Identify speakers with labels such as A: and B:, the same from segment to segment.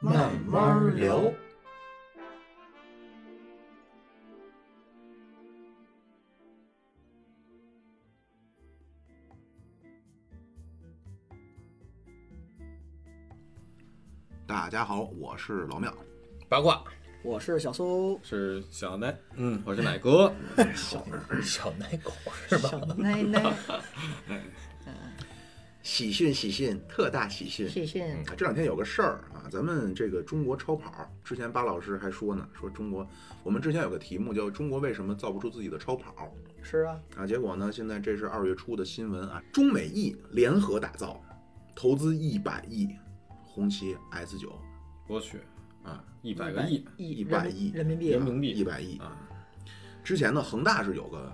A: 慢慢聊。
B: 大家好，我是老庙。
A: 八卦
C: 我是小苏，
D: 是小奶，嗯，我是奶哥。
A: 小奶狗是吧？
C: 小奶奶，
B: 喜讯喜讯，特大喜讯！
C: 谢谢。
B: 啊这两天有个事儿啊，咱们这个中国超跑，之前巴老师还说呢，说中国，我们之前有个题目叫“中国为什么造不出自己的超跑
C: 是啊，”
B: 啊，结果呢，现在这是二月初的新闻啊，中美意联合打造，投资一百亿，红旗 S 九
D: 我去，
B: 啊，
D: 一百个亿
C: 一
B: 一百亿
C: 人民币
D: 人民币
B: 一百亿
D: 啊！
B: 之前呢，恒大是有个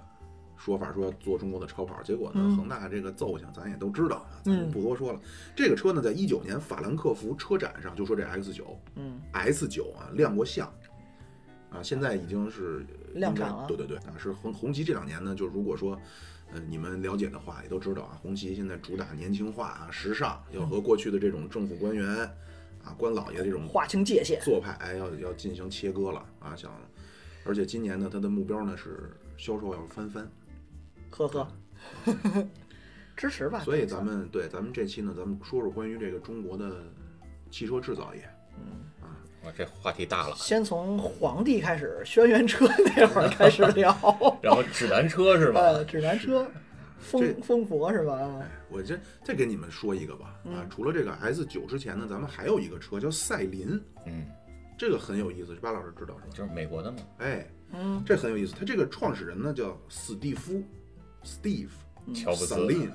B: 说法说要做中国的超跑，结果呢，
C: 嗯
B: 恒大这个奏响咱也都知道啊，咱就不多说了。这个车呢，在一九年法兰克福车展上就说这 X 九，
C: 嗯
B: ，S 九啊亮过相。啊，现在已经是呃
C: 量产
B: 应该
C: 了
B: 对对对，啊，是红红旗这两年呢，就是如果说，呃，你们了解的话，也都知道啊，红旗现在主打年轻化啊、时尚，要和过去的这种政府官员啊、官老爷这种
C: 划清界限。
B: 做派哎要要进行切割了啊，想，而且今年呢，它的目标呢是销售要翻番，
C: 呵呵， 支持吧。
B: 所以咱们对咱们这期呢，咱们说说关于这个中国的汽车制造业，
A: 我这话题大了。
C: 先从皇帝开始，轩辕车那会儿开始聊，
A: 然后指南车是吧？
C: 呃，指南车，
B: 这
C: 风风佛是吧？啊
B: 哎我这再给你们说一个吧啊，除了这个 S 九之前呢，咱们还有一个车叫赛麟，
A: 嗯，
B: 这个很有意思，巴老师知道是吧？
A: 就是美国的嘛。
B: 哎，
C: 嗯，
B: 这很有意思，它这个创始人呢叫史蒂夫，Steve
A: 乔布斯
B: Salin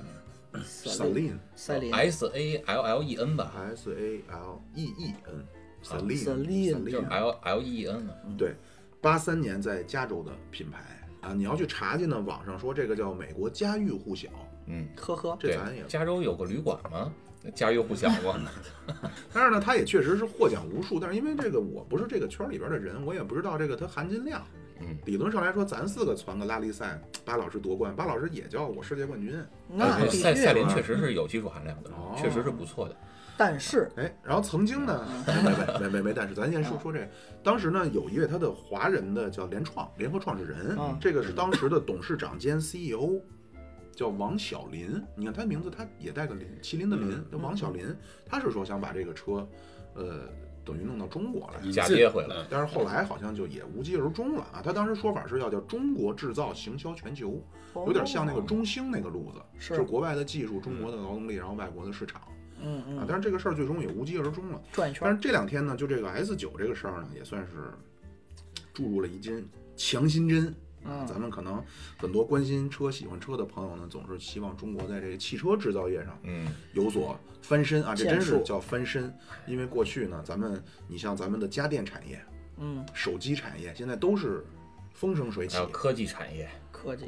C: 赛琳，
B: Salin
C: 赛琳，
A: S A L L E N 吧，
B: S A L E E N
A: Salin
B: Salin
A: 就是
B: Salin
A: L L E E N 嘛。
B: 对，八三年在加州的品牌啊，你要去查去呢，网上说这个叫美国家喻户晓，
A: 嗯，
C: 呵呵，
B: 这
A: 对
B: 咱也，。
A: 加州有个旅馆吗？家喻户晓啊吗？
B: 但是呢，它也确实是获奖无数，但是因为这个我不是这个圈里边的人，我也不知道这个它含金量。
A: 嗯，
B: 理论上来说，咱四个传个拉力赛，巴老师夺冠，巴老师也叫我世界冠军。
C: 那
A: 呃
C: 必
A: 赛
C: 须
A: 赛琳
C: 啊
A: 确实是有技术含量的
B: 哦，
A: 确实是不错的。
C: 但是
B: 哎，然后曾经呢，哎没没没没没，但是咱先说说这个，当时呢有一位他的华人的叫联创联合创始人
C: 嗯，
B: 这个是当时的董事长兼 CEO，叫王小林。你看他名字，他也带个林，麒麟的麟，叫王小林。他是说想把这个车，呃，等于弄到中国来。
D: 引进
A: 嫁接回来
D: 嗯
B: 但是后来好像就也无疾而终了啊！他当时说法是要叫中国制造行销全球，
C: 哦
B: 有点像那个中兴那个路子，
C: 是
B: 就国外的技术、中国的劳动力，然后外国的市场
C: 嗯
B: 啊。
C: 嗯，
B: 但是这个事儿最终也无疾而终了。
C: 转一
B: 但
C: 圈
B: 是这两天呢，就这个 S 九这个事儿呢，也算是注入了一针强心针。啊，
C: 嗯
B: 咱们可能很多关心车、喜欢车的朋友呢，总是希望中国在这个汽车制造业上
A: 嗯，
B: 有所翻身啊，这
C: 建
B: 真
C: 树
B: 是叫翻身。因为过去呢，咱们你像咱们的家电产业、
C: 嗯，
B: 手机产业，现在都是风生水起
A: 还有科技产业，
C: 科技、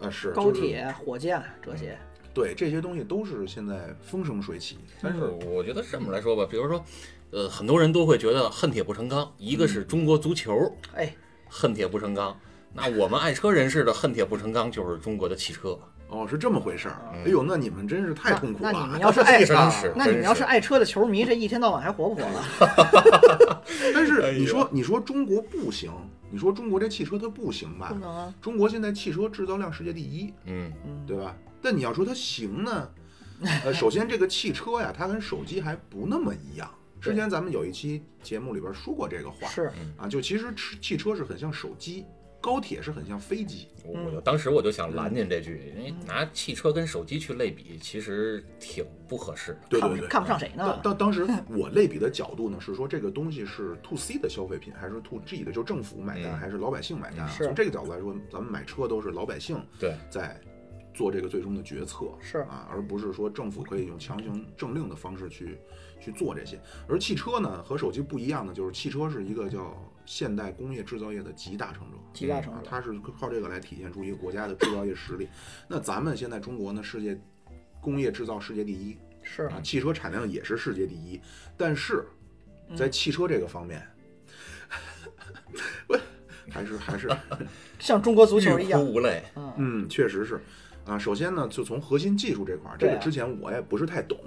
B: 啊，是嗯
C: 高，
B: 就是
C: 铁、火箭这些，
B: 对这些东西都是现在风生水起。但
C: 嗯
B: 是
A: 我觉得这么来说吧，比如说，呃，很多人都会觉得恨铁不成钢，一个是中国足球
C: 哎，
A: 恨铁不成钢，那我们爱车人士的恨铁不成钢就是中国的汽车。
B: 哦，是这么回事儿。哎呦，那你们真是太痛苦
C: 那
B: 了。啊
C: 那你们 要是爱
A: 真是，
C: 那你们
A: 真
C: 要是爱车的球迷，这一天到晚还活不活了？
B: 但是你说，你说中国不行，你说中国这汽车它不行吧
C: 不？能 啊，
B: 中国现在汽车制造量世界第一，
A: 嗯，
B: 对吧？但你要说它行 呢，呃，首先这个汽车呀，它跟手机还不那么一样。之前咱们有一期节目里边说过这个话，
C: 是
A: 嗯
B: 啊，就其实吃汽车是很像手机，高铁是很像飞机，
A: 我
C: 嗯
A: 我就当时我就想拦您这句，因为拿汽车跟手机去类比，其实挺不合适的。
B: 对
C: 看
B: 对
C: 不
B: 对。
C: 看不上谁
B: 当
C: 呢？
B: 当 当时我类比的角度呢，是说这个东西是 to C 的消费品，还是 to G 的，就政府买单，
A: 嗯
B: 还是老百姓买单啊？
C: 是
B: 从这个角度来说，咱们买车都是老百姓
A: 对，
B: 在做这个最终的决策，
C: 是
B: 啊，而不是说政府可以用强行政令的方式去去做这些。而汽车呢和手机不一样的就是，汽车是一个叫现代工业制造业的集大成者，
C: 集大成
B: 啊
C: 者，
B: 它是靠这个来体现出一个国家的制造业实力。那咱们现在中国呢，世界工业制造世界第一
C: 是
B: 啊，汽车产量也是世界第一，但是在汽车这个方面， 还是还是
C: 像中国足球一
A: 欲哭
C: 样，
A: 无泪。
C: 嗯，
B: 嗯，确实是。啊，首先呢，就从核心技术这块儿，这
C: 对
B: 个
C: 啊
B: 之前我也不是 太懂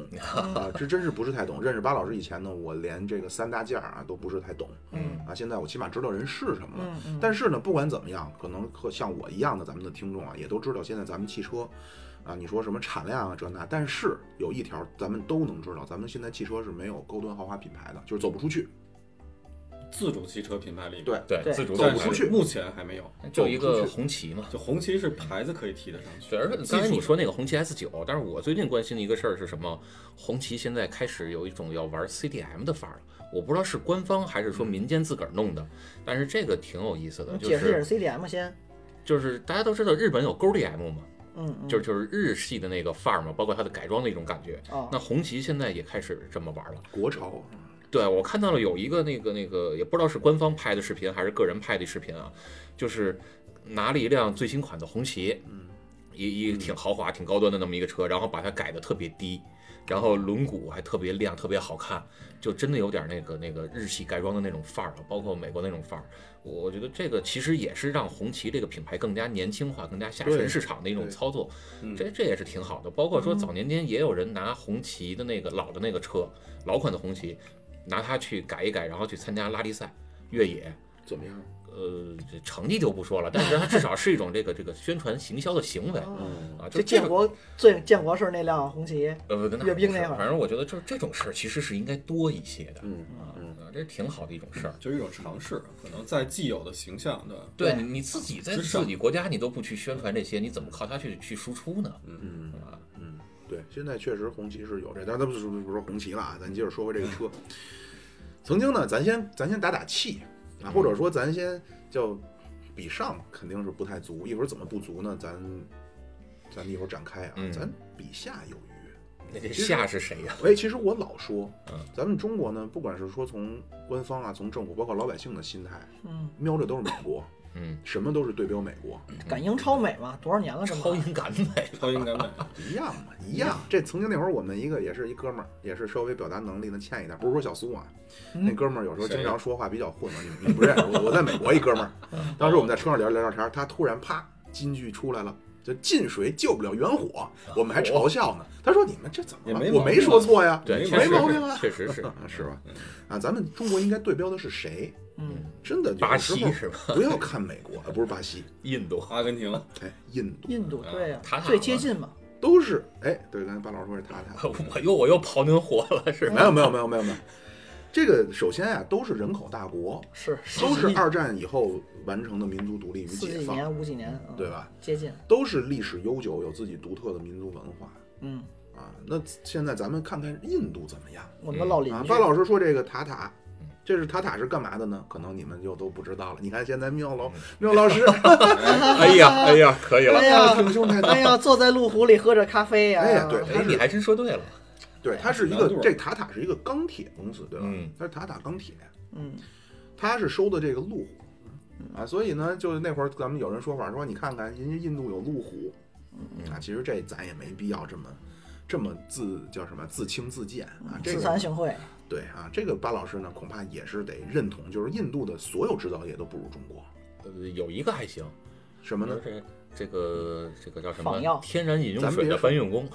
B: 啊，这真是不是太懂。认识巴老师以前呢，我连这个三大件儿啊都不是太懂，
C: 嗯
B: 啊，现在我起码知道人是什么了。
C: 嗯嗯
B: 但是呢，不管怎么样，可能和像我一样的咱们的听众啊，也都知道现在咱们汽车啊，你说什么产量啊这那，但是有一条咱们都能知道，咱们现在汽车是没有高端豪华品牌的，就是走不出去。
D: 自主汽车品牌里面
B: 对
A: 对，
C: 对
A: 自主
D: 走
A: 品
D: 不
A: 牌
D: 出去，目前还没有。
A: 就一个红旗嘛。
D: 就红旗是牌子可以提得上去
A: 对，，而且刚才你说那个红旗 S 九，但是我最近关心的一个事儿是什么？红旗现在开始有一种要玩 CDM 的范儿了，我不知道是官方还是说民间自个儿弄的，但是这个挺有意思的，
C: 你
A: 就
C: 解释解
A: 是啊
C: 释 CDM 先，
A: 就是大家都知道日本有 GDM 嘛，
C: 嗯，嗯
A: 就是就是日系的那个范儿嘛，包括它的改装的一种感觉。
C: 哦
A: 那，红旗现在也开始这么玩了。
B: 国潮，
A: 对，我看到了有一个那个那个，也不知道是官方拍的视频还是个人拍的视频啊，就是拿了一辆最新款的红旗，
B: 嗯，
A: 一一挺豪华、挺高端的那么一个车，然后把它改的特别低，然后轮毂还特别亮、特别好看，就真的有点那个那个日系改装的那种范儿了，包括美国那种范儿。我我觉得这个其实也是让红旗这个品牌更加年轻化、更加下
B: 对
A: 沉市场的一种
B: 对
A: 操作
D: 嗯，
A: 这这也是挺好的。包括说早年间也有人拿红旗的那个老的那个车，老款的红旗，拿它去改一改，然后去参加拉力赛、越野。
B: 怎么样？
A: 呃，这成绩就不说了，但是它至少是一种这个这个宣传行销的行为
C: 哦
B: 嗯，
A: 啊。就
C: 这
A: 这
C: 建
A: 个
C: 国最建国时候那辆红旗，
A: 呃，不那
C: 阅兵
A: 不是
C: 那会儿
A: 反正我觉得就是这种事儿其实是应该多一些的，
B: 嗯
A: 啊
B: 嗯，
A: 啊这挺好的一种事儿。
D: 就是一种尝试，可能在既有的形象的
A: 对
C: 对
A: 你你自己在
D: 至少
A: 自己国家你都不去宣传这些，你怎么靠它去去输出呢？
B: 嗯。
A: 啊，
B: 嗯，对，现在确实红旗是有这，但咱不是不说红旗了啊，咱接着说回这个车。曾经呢，咱先咱先打打气啊，或者说咱先叫比上肯定是不太足，一会儿怎么不足呢？咱咱一会儿展开啊，
A: 嗯
B: 咱比下有余。
A: 那这
B: 其实
A: 下是谁呀？
B: 哎，其实我老说
A: 嗯，
B: 咱们中国呢，不管是说从官方啊，从政府，包括老百姓的心态，
C: 嗯，
B: 瞄着都是美国，
A: 嗯，
B: 什么都是对标美国，
C: 赶英超美嘛，多少年了这
A: 超
C: 么
A: 英赶美，
D: 超英赶美，
B: 一样嘛，一样。
A: 嗯
B: 这曾经那会儿，我们一个也是一哥们儿，也是稍微表达能力呢欠一点，不是说小苏啊，
A: 嗯
B: 那哥们儿有时候经常说话比较混乱，你们你 们不认识我，我在美国一哥们儿，
A: 嗯
B: 当时我们在车上聊聊聊天儿，他突然啪金句出来了。就近水救不了远火，
A: 嗯
B: 我们还嘲笑呢。他说：“你们这怎么
D: 也
B: 了？
D: 没毛病
B: 我没说错呀，
A: 啊对，
B: 没
A: 确
B: 毛
A: 实
B: 病
A: 是，
B: 啊，
A: 确 实是
B: 是吧？
D: 嗯？
B: 啊，咱们中国应该对标的是谁？
C: 嗯，
B: 真的，
A: 巴西是吧？
B: 不要看美国，啊不是巴西，
A: 印度，
D: 阿根廷，
B: 哎，印度
C: 印度
D: 啊
C: 对呀
A: 塔，塔
C: 最
A: 嘛
C: 接近嘛，
B: 都是哎，对，刚才巴老师说是他他，
A: 我又我又刨您活 了，是吧？
B: 没有没有没有没有没有，这个首先啊，都是人口大国，
C: 是
B: 都是
C: 十几
B: 二战以后完成的民族独立与
C: 四
B: 解
C: 几
B: 放，
C: 年五几年，嗯
B: 对？吧？
C: 接近，
B: 都是历史悠久，有自己独特的民族文化
C: 嗯，
B: 啊。那现在咱们看看印度怎么样
C: 我们的老邻
B: 啊？
C: 居，
B: 巴老师说这个塔塔
A: 嗯。
B: 这是塔塔是干嘛的呢？可能你们就都不知道了。你看现在妙老妙老师，
A: 哎呀哎呀，可以了
C: 嗯 哎。呀，
B: 挺胸太大
C: 哎呀，坐在路虎里喝着咖啡呀，
B: 哎呀对
A: 哎，你还真说对了，
B: 对，它是一
D: 难
B: 个
D: 度
B: 这塔塔是一个钢铁公司，对吧
A: 嗯？
B: 它是塔塔钢铁，
C: 嗯，
B: 他是收的这个路虎啊，所以呢，就是那会儿咱们有人说法说，你看看人家印度有路虎啊，其实这咱也没必要这么这么自叫什么自轻自贱啊，这
C: 嗯自惭
B: 个
C: 形秽，
B: 对啊，这个巴老师呢恐怕也是得认同，就是印度的所有制造业都不如中国，
A: 呃，有一个还行，
B: 什 么呢？
A: 这这个这个叫什
C: 仿药
A: 么？天然饮用
B: 咱别
A: 水的
B: 说
A: 搬运工，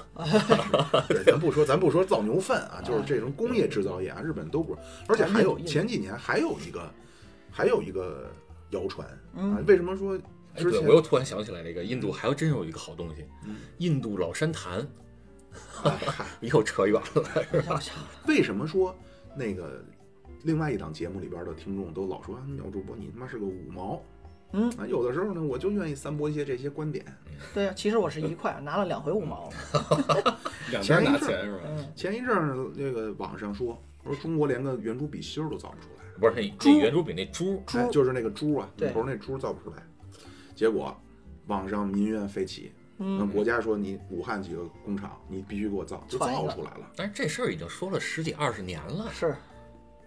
B: 对，咱不说，咱不说造牛粪啊，就是这种工业制造业啊，日本都不，而且还有
C: 印度
B: 前几年还有一个，还有一个谣传啊
C: 嗯，
B: 为什么说
A: 哎，
B: 之
A: 对，
B: 前
A: 我又突然想起来了一个，印度还有真有一个好东西，
B: 嗯
A: 印度老山檀，
B: 哎嗨
A: 又扯远了。
C: 笑笑
B: 为什么说那个另外一档节目里边的听众都老说啊苗主播你他妈是个五毛？
C: 嗯
B: 啊，有的时候呢，我就愿意散播一些这些观点。
C: 对呀，其实我是一块，拿了两回五毛，
D: 两边
B: 前
D: 拿钱是吧？
C: 嗯，
B: 前一阵儿那个网上说，我说中国连个圆珠笔芯儿都造不出来，
A: 不是那
B: 猪
A: 那圆珠笔那珠，
B: 哎就是那个珠啊，
C: 对
B: 头儿那珠造不出来。结果网上民怨沸起，那
C: 嗯，
B: 国家说你武汉几个工厂，你必须给我造，就
C: 窜一
B: 造
C: 个
B: 出来了，
A: 但是这事儿已经说了十几二十年了，
C: 是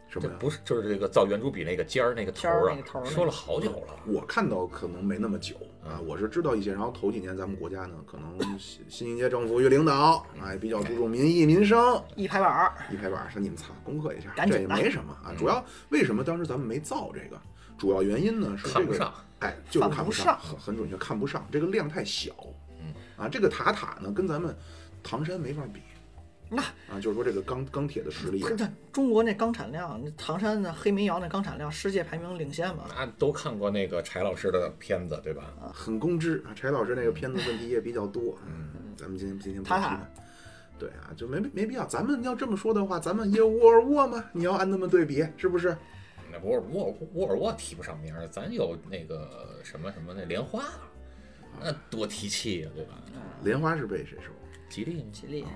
B: 什
A: 这
B: 么呀？
A: 不是就是这个造圆珠笔那个尖儿那个头儿
C: 尖儿那个头儿
A: 啊，
C: 那个嗯
A: 说了好久了。
B: 我看到可能没那么久啊，
A: 嗯
B: 我是知道一些。然后头几年咱们国家呢，可能新新一届政府与领导哎比较注重民意民生，
C: 一拍板儿，
B: 一拍板说你们擦攻克一下，
C: 赶
B: 这
C: 紧
B: 也
C: 吧
B: 没什么啊。主要为什么当时咱们没造这个？主要原因呢是
A: 看
B: 这
A: 不
B: 个
A: 上，
B: 哎，就是看
C: 看
B: 不
C: 不
B: 上，
C: 上
B: 很很准确，看不上这个量太小。
A: 嗯
B: 啊，这个塔塔呢跟咱们唐山没法比。
C: 那
B: 啊，就是说这个钢钢铁的实力啊，
C: 不是那中国那钢产量，那唐山的黑煤窑那钢产量世界排名领先嘛？
A: 那都看过那个柴老师的片子对吧？
C: 嗯
B: 很公知啊。柴老师那个片子问题也比较多，嗯，咱们今天今天不
C: 塔
B: 批
C: 塔
B: 判。 对啊，就没没必要。咱们要这么说的话，咱们也沃尔沃嘛，你要按那么对比，是不是？
A: 那沃尔沃沃尔沃提不上名儿，咱有那个什么什么那莲花，那多提气呀、对吧？
B: 莲花是被谁收？
A: 吉利吗
C: 吉利，
A: 哦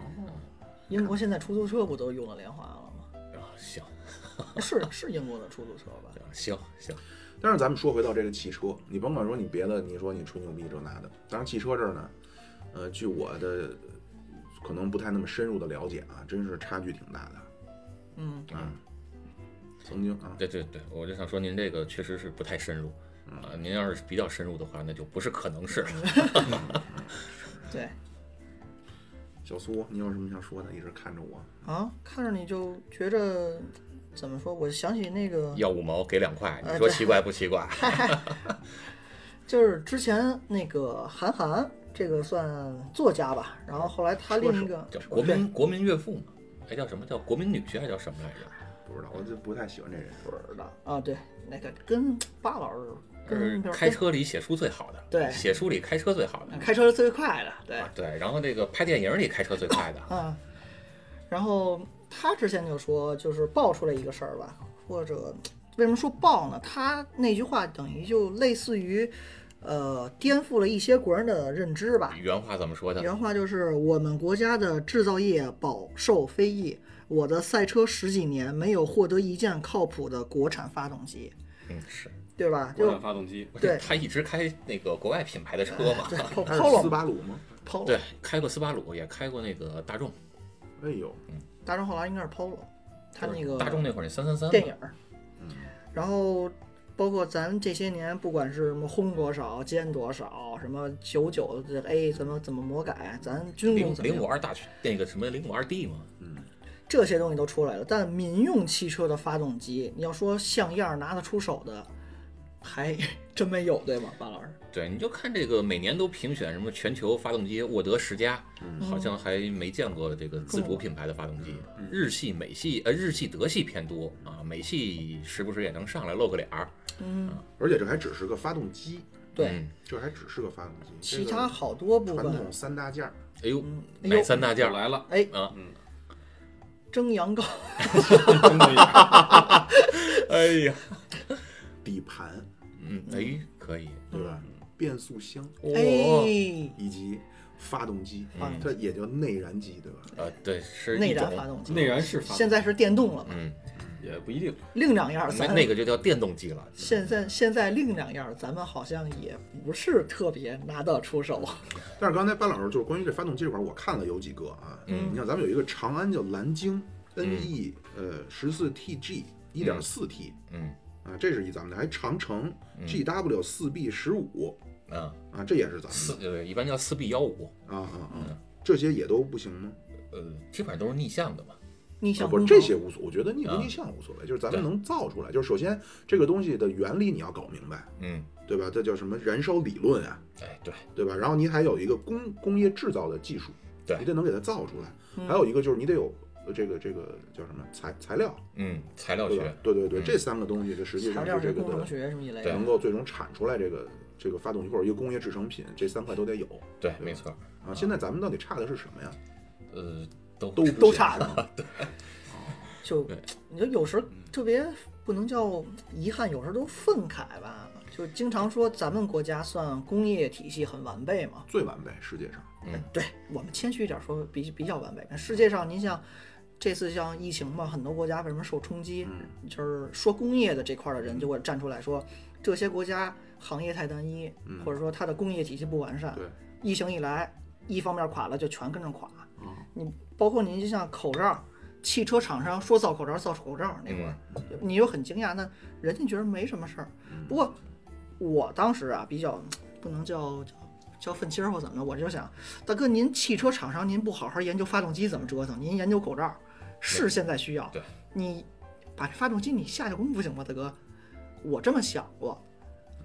C: 英国现在出租车不都用了莲花 了吗？
A: 啊，行
C: 是是英国的出租车吧？
A: 行行，
B: 但是咱们说回到这个汽车，你甭管说你别的，你说你吹牛逼这那的，当然汽车这儿呢，呃，据我的可能不太那么深入的了解啊，真是差距挺大的
C: 嗯，
B: 啊。曾经啊，
A: 对对对，我就想说您这个确实是不太深入
C: 嗯
A: 啊、您要是比较深入的话，那就不是可能是了。
C: 对
B: 小苏，你有什么想说的？一直看着我，
C: 啊，看着你就觉着怎么说？我想起那 个，
A: 要五毛给两块，你
C: 呃
A: 说
C: 对
A: 奇怪不奇 怪？
C: 就是之前那个韩寒，这个算作家吧，然后后来他另一个
A: 叫国民国民岳父嘛，哎叫什么叫国民女婿还叫什么来着？
B: 不知道，我就不太喜欢这人。不知道，
C: 啊，对，那个跟巴老师
A: 呃
C: 跟，
A: 开车里写书最好的，
C: 对嗯
A: 写书里开车最好的，
C: 开车是最快的，对
A: 啊对，然后这个拍电影里开车最快的，
C: 啊。然后他之前就说，就是爆出来一个事儿吧，或者为什么说爆呢？他那句话等于就类似于，呃，颠覆了一些国人的认知吧。
A: 原话怎么说的？
C: 嗯原话就是我们国家的制造业饱受非议，我的赛车十几年没有获得一件靠谱的国产发动机，
A: 嗯，是，
C: 对吧？
D: 国
C: 就
D: 产发动机，
A: 不是
C: 对
A: 他一直开那个国外品牌的车嘛
C: 对，Polo
B: 他是斯
C: Polo
B: 巴鲁吗？
C: Polo，
A: 对，开过斯巴鲁，也开过那个大众，
B: 哎呦，
C: 大众后来应该是 Polo，他那个
A: 大众那会儿那三三三
C: 电影，儿，
B: 嗯，
C: 然后包括咱们这些年，不管是什么轰多少、歼多少、什么九九 A 怎么怎么魔改，咱军
A: 零
C: 工怎么
A: 零五嗯
C: 样，
A: 二大那个什么零五二 D 嘛，
C: 这些东西都出来了。但民用汽车的发动机，你要说像样儿拿得出手的，还 真没有，对吗，巴老师？
A: 对，你就看这个每年都评选什么全球发动机沃德十佳，好像还没见过这个自主品牌的发动机。日系、美系，呃，日系、德系偏多啊，美系时不时也能上来露个脸儿。
C: 嗯，
B: 而且这还只是个发动机，
C: 对。
A: 嗯
B: 这还只是个发动机，
C: 其他好多部
B: 这个传统
C: 分，
B: 三大件儿，
A: 哎呦，
C: 嗯，哎
A: 哪
C: 呦，
A: 三大件
D: 又
A: 儿
D: 来了，
C: 哎，
A: 啊？
C: 蒸羊羔，
D: 真的呀，
A: 哎呀，
B: 底盘
A: 嗯，哎，可以，哦
B: 对吧？
C: 嗯
B: 变速箱
A: 哇，
C: 哎，
B: 以及发动机，
C: 发动机
B: 它也叫内燃机，对吧？
A: 呃，对，是一
C: 内燃发
A: 种，
C: 动机，
D: 内燃式发
C: 现在是电动了嘛？
A: 嗯，
D: 也不一定，
C: 另两样儿，
A: 那
C: 咱
A: 那个就叫电动机了。
C: 现在现在另两样，咱们好像也不是特别拿得出手。
B: 但是刚才班老师就是关于这发动机这块儿，我看了有几个啊，
A: 嗯
B: 你像咱们有一个长安叫蓝鲸
C: 嗯
B: NE 呃十四 TG 一点四 T
A: 嗯
B: 啊，这是一咱们的，还长城
C: 嗯
B: GW 四 B 十五
A: 啊，
B: 啊，这也是咱
A: 四
B: 们
A: 呃，一般叫四 B 幺五，
B: 的啊啊
C: 嗯
B: 啊，这些也都不行吗？
A: 呃，基本上都是逆向的吧。
C: 逆向
B: 啊不
C: 工
B: 是
C: 程
B: 这些无所，我觉得逆不
A: 啊
B: 逆向无所谓，就是咱们
A: 对
B: 能造出来，就是首先这个东西的原理你要搞明白，
A: 嗯，
B: 对吧？这叫什么燃烧理论啊，
A: 哎，对，
B: 对吧？然后你还有一个工工业制造的技术，
A: 对
B: 你得能给它造出来。
C: 嗯
B: 还有一个就是你得有呃这个这个叫什么材材料，
A: 嗯，材料
B: 对
A: 学
B: 吧，？对对对，
A: 嗯
B: 这三个东西，这实际
C: 材
B: 上
C: 料
B: 是
C: 学、
B: 这
C: 工
B: 个
C: 程学什么一
B: 的
C: 类的。
B: 能够最终产出来这个这个发动机或者一个工业制成品，这三块都得有
A: 对，没错。
B: 啊。现在咱们到底差的是什么呀？
A: 呃，都
B: 都
C: 都
B: 不行
C: 差
B: 是吗
C: 就
A: 对
C: 你说有时候特别不能叫遗憾，有时候都愤慨吧。就经常说咱们国家算工业体系很完备嘛，
B: 最完备，世界上
A: 嗯
C: 对我们谦虚一点说比比较完备。世界上您像这次像疫情嘛，很多国家为什么受冲击？
B: 嗯
C: 就是说工业的这块儿的人就会站出来说，这些国家行业太单一，或者说它的工业体系不完善
B: 嗯对，
C: 疫情以来，一方面垮了就全跟着垮
B: 嗯。
C: 你包括您就像口罩，汽车厂商说造口罩造口罩
B: 嗯
C: 那会儿，你又很惊讶，那人家觉得没什么事儿。不过我当时啊比较不能叫叫叫愤青儿或怎么的，我就想，大哥您汽车厂商您不好好研究发动机怎么折腾，您研究口罩是现在需要，
A: 对
C: 你把这发动机你下下功夫行吗，大哥？我这么想过，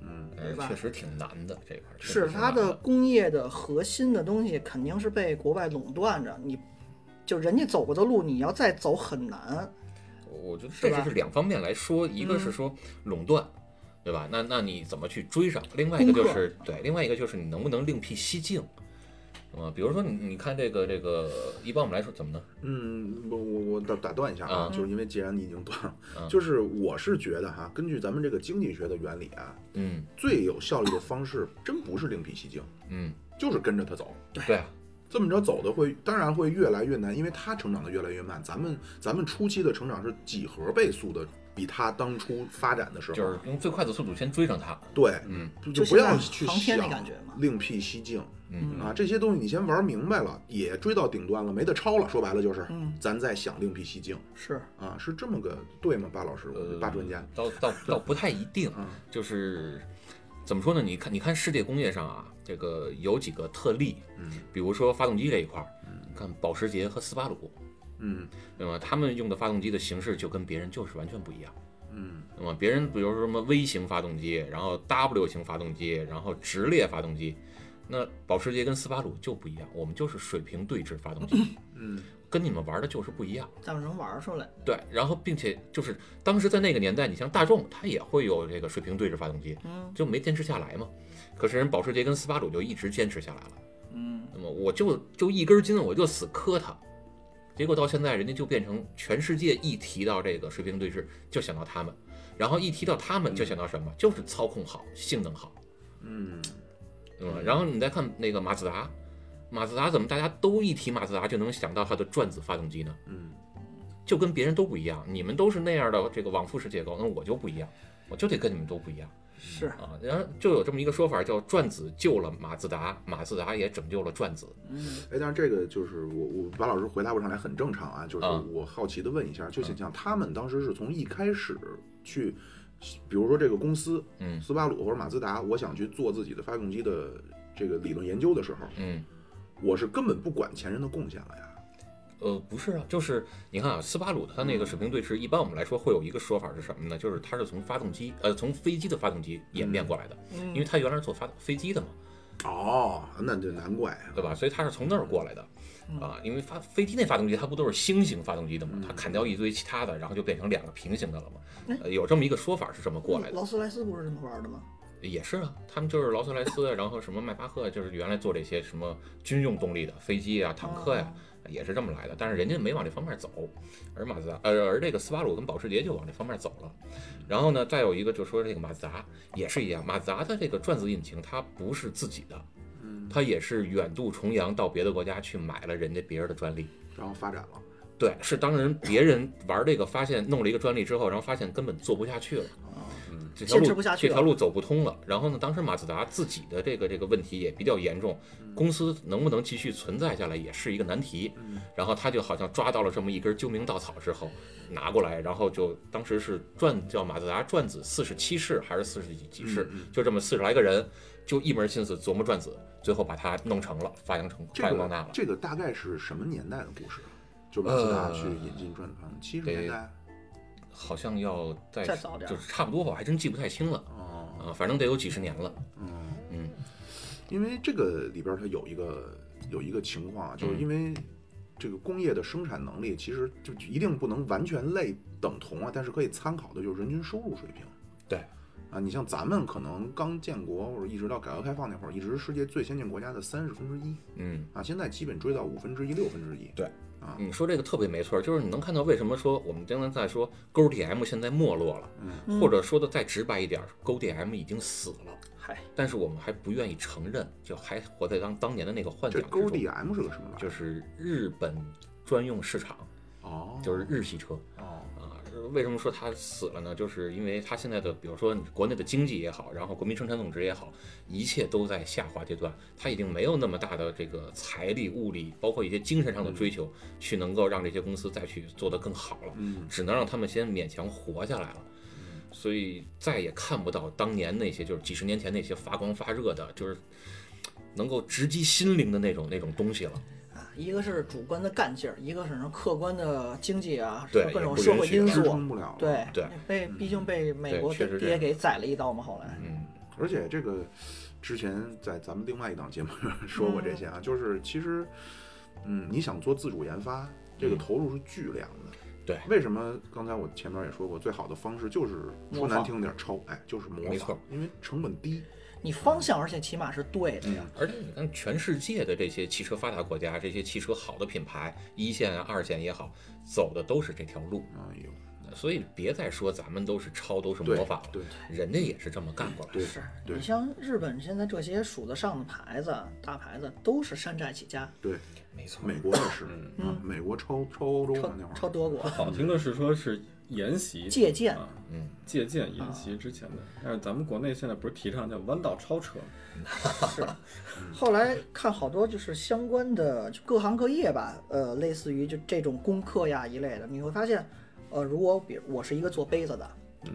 B: 嗯，
A: 哎
C: 对吧
A: 确实挺难的这块儿，确实
C: 是
A: 挺
C: 它
A: 难
C: 的工业的核心的东西肯定是被国外垄断着，你就人家走过的路，你要再走很难。
A: 我觉得
C: 是
A: 这
C: 吧嗯
A: 就是两方面来说，一个是说垄断，对吧？那那你怎么去追上？另外一个
C: 攻
A: 就
C: 克
A: 是对，另外一个就是你能不能另辟蹊径，啊，比如说你你看这个这个一般我们来说怎么呢？
B: 嗯，我我我打打断一下啊，
A: 啊
B: 就是因为既然你已经断了，
A: 啊
B: 就是我是觉得哈，根据咱们这个经济学的原理啊，
A: 嗯
B: 最有效率的方式真不是另辟蹊径，
A: 嗯，
B: 就是跟着它走。
A: 对啊，
B: 这么着走的会，当然会越来越难，因为它成长的越来越慢。咱们咱们初期的成长是几何倍速的，比它当初发展的时候，
A: 就是用最快的速度先追上它。
B: 对，
A: 嗯，
B: 就
C: 就
B: 不要
C: 现在
B: 去
C: 航天那
B: 想
C: 感觉嘛
B: 另辟蹊径。
A: 嗯
B: 啊，这些东西你先玩明白了，也追到顶端了，没得抄了。说白了就是，
C: 嗯
B: 咱再想另辟蹊径
C: 是，
B: 啊，是这么个对吗？巴老师，
A: 呃，
B: 巴专家，
A: 倒倒倒不太一定
B: 嗯，
A: 就是怎么说呢？你看，你看世界工业上啊，这个有几个特例，
B: 嗯
A: 比如说发动机这一块儿，你看保时捷和斯巴鲁，
B: 嗯
A: 那么他们用的发动机的形式就跟别人就是完全不一样。
B: 嗯
A: 那么别人比如说什么 V 型发动机，然后 W 型发动机，然后直列发动机，那保时捷跟斯巴鲁就不一样，我们就是水平对置发动机，
B: 嗯
A: 跟你们玩的就是不一样。
C: 但是能玩出来，
A: 对，然后并且就是当时在那个年代，你像大众，它也会有这个水平对置发动机，
C: 嗯
A: 就没坚持下来嘛。可是人保时捷跟斯巴鲁就一直坚持下来了。
C: 嗯，
A: 那么我就就一根筋，我就死磕它。结果到现在，人家就变成全世界一提到这个水平对峙，就想到他们，然后一提到他们就想到什么，就是操控好，性能好，
B: 嗯，
A: 对吧？然后你再看那个马自达，马自达怎么大家都一提马自达就能想到它的转子发动机呢？
B: 嗯，
A: 就跟别人都不一样，你们都是那样的这个往复式结构，那我就不一样，我就得跟你们都不一样
C: 是，
A: 啊。然后就有这么一个说法，叫转子救了马自达，马自达也拯救了转子。
B: 哎，但是这个就是我我巴老师回答不上来，很正常啊。就是
A: 啊
B: 我好奇的问一下，就想想他们当时是从一开始去，比如说这个公司，
A: 嗯
B: 斯巴鲁或者马自达，我想去做自己的发动机的这个理论研究的时候，
A: 嗯。
B: 我是根本不管前人的贡献了呀。
A: 呃，不是啊，就是你看啊，斯巴鲁它那个水平对峙，一般我们来说会有一个说法是什么呢？就是它是从发动机，呃，从飞机的发动机演变过来的，因为它原来是做发飞机的嘛，
B: 哦，那就难怪啊。
A: 对吧？所以它是从那儿过来的，啊，因为发飞机那发动机它不都是星型发动机的嘛，它砍掉一堆其他的，然后就变成两个平行的了嘛。呃有这么一个说法是这么过来的，
C: 劳斯莱斯不是这么玩的吗？
A: 也是啊，他们就是劳斯莱斯啊，然后什么迈巴赫啊，就是原来做这些什么军用动力的飞机啊、坦克呀、也是这么来的，但是人家没往这方面走，而马自达，呃，而这个斯巴鲁跟保时捷就往呃这方面走了。然后呢，再有一个就说这个马自达也是一样，马自达的这个转子引擎它不是自己的，它也是远渡重洋到别的国家去买了人家别人的专利。
B: 然后发展了。
A: 对，是当人别人玩这个发现弄了一个专利之后，然后发现根本做不下去了，嗯这条
C: 哦坚持
A: 路
C: 不下去
A: 这
C: 了
A: 条路走不通了。然后呢，当时马自达自己的这个这个问题也比较严重，
C: 嗯
A: 公司能不能继续存在下来也是一个难题。
C: 嗯
A: 然后他就好像抓到了这么一根救命稻草之后，拿过来，然后就当时是转叫马自达转子四十七世还是四十几
C: 嗯
A: 几世，就这么四十来个人，就一门心思琢磨转子，最后把它弄成了，发扬成
B: 这
A: 发扬光大
B: 个
A: 了。
B: 这个大概是什么年代的故事啊？就马自达
A: 呃
B: 去引进专访，七十年代
A: 好像要再
C: 再早点儿
A: 就是差不多吧，我还真记不太清了
B: 哦，
A: 啊，反正得有几十年了。
B: 嗯，
A: 嗯
B: 因为这个里边它有一个有一个情况啊，就是因为这个工业的生产能力其实就一定不能完全类等同啊，但是可以参考的就是人均收入水平。
A: 对，
B: 啊，你像咱们可能刚建国或者一直到改革开放那会儿，一直是世界最先进国家的三十分之一
A: 嗯，
B: 啊，现在基本追到五分之一、六分之一。
A: 对
B: 啊，
A: 你说这个特别没错，就是你能看到为什么说我们刚才在说 GoDM 现在没落了，或者说的再直白一点，GoDM 已经死了，
C: 嗨，
A: 但是我们还不愿意承认，就还活在当当年的那个幻
B: 这
A: 想之中，
B: GoDM 是个什么玩意儿？
A: 就是日本专用市场，
B: 哦，
A: 就是日系车
B: 哦，
A: 啊。呃为什么说他死了呢？就是因为他现在的，比如说国内的经济也好，然后国民生产总值也好，一切都在下滑阶段，他已经没有那么大的这个财力、物力，包括一些精神上的追求，去能够让这些公司再去做得更好了，
B: 嗯，
A: 只能让他们先勉强活下来了。所以再也看不到当年那些就是几十年前那些发光发热的，就是能够直击心灵的那种那种东西了。
C: 啊，一个是主观的干劲儿，一个是客观的经济啊，
A: 对
C: 各种
A: 也不
C: 社
A: 允
C: 会
A: 许
C: 因
B: 支
C: 素，
B: 撑不了了。啊
C: 对
A: 对，嗯
C: 被毕竟被美国
A: 对确实这
C: 爹
A: 样
C: 给宰了一刀嘛，后来，
A: 嗯，
B: 而且这个之前在咱们另外一档节目说过这些啊，就是其实，嗯，你想做自主研发，这个
A: 嗯
B: 投入是巨量的。
A: 对
B: 为什么刚才我前面也说过，最好的方式就是说
C: 模仿
B: 难听点，抄，哎，就是模仿，
A: 没错
B: 因为成本低。
C: 你方向而且起码是对的呀，
A: 而且你看，全世界的这些汽车发达国家，这些汽车好的品牌，一线啊、二线也好，走的都是这条路。
B: 哎呦，
A: 所以别再说咱们都是抄，都是
B: 对
A: 嗯模仿了，
B: 对
A: 人家也是这么干过来。
B: 对
C: 是
B: 对
C: 你像日本现在这些数得上的牌子、大牌子，都是山寨起家，
B: 对，
A: 没错
B: 美国也是，
C: 嗯
B: 啊，美国抄抄欧洲
C: 超
B: 嘛那会
C: 超
B: 儿，
C: 德国
D: 好听的是说是沿袭
C: 借鉴
D: 啊
A: 嗯，
D: 借鉴沿袭之前的，但是咱们国内现在不是提倡叫弯道超车吗，
C: 是。后来看好多就是相关的就各行各业吧，呃，类似于就这种功课呀一类的，你会发现，呃，如果比如我是一个做杯子的，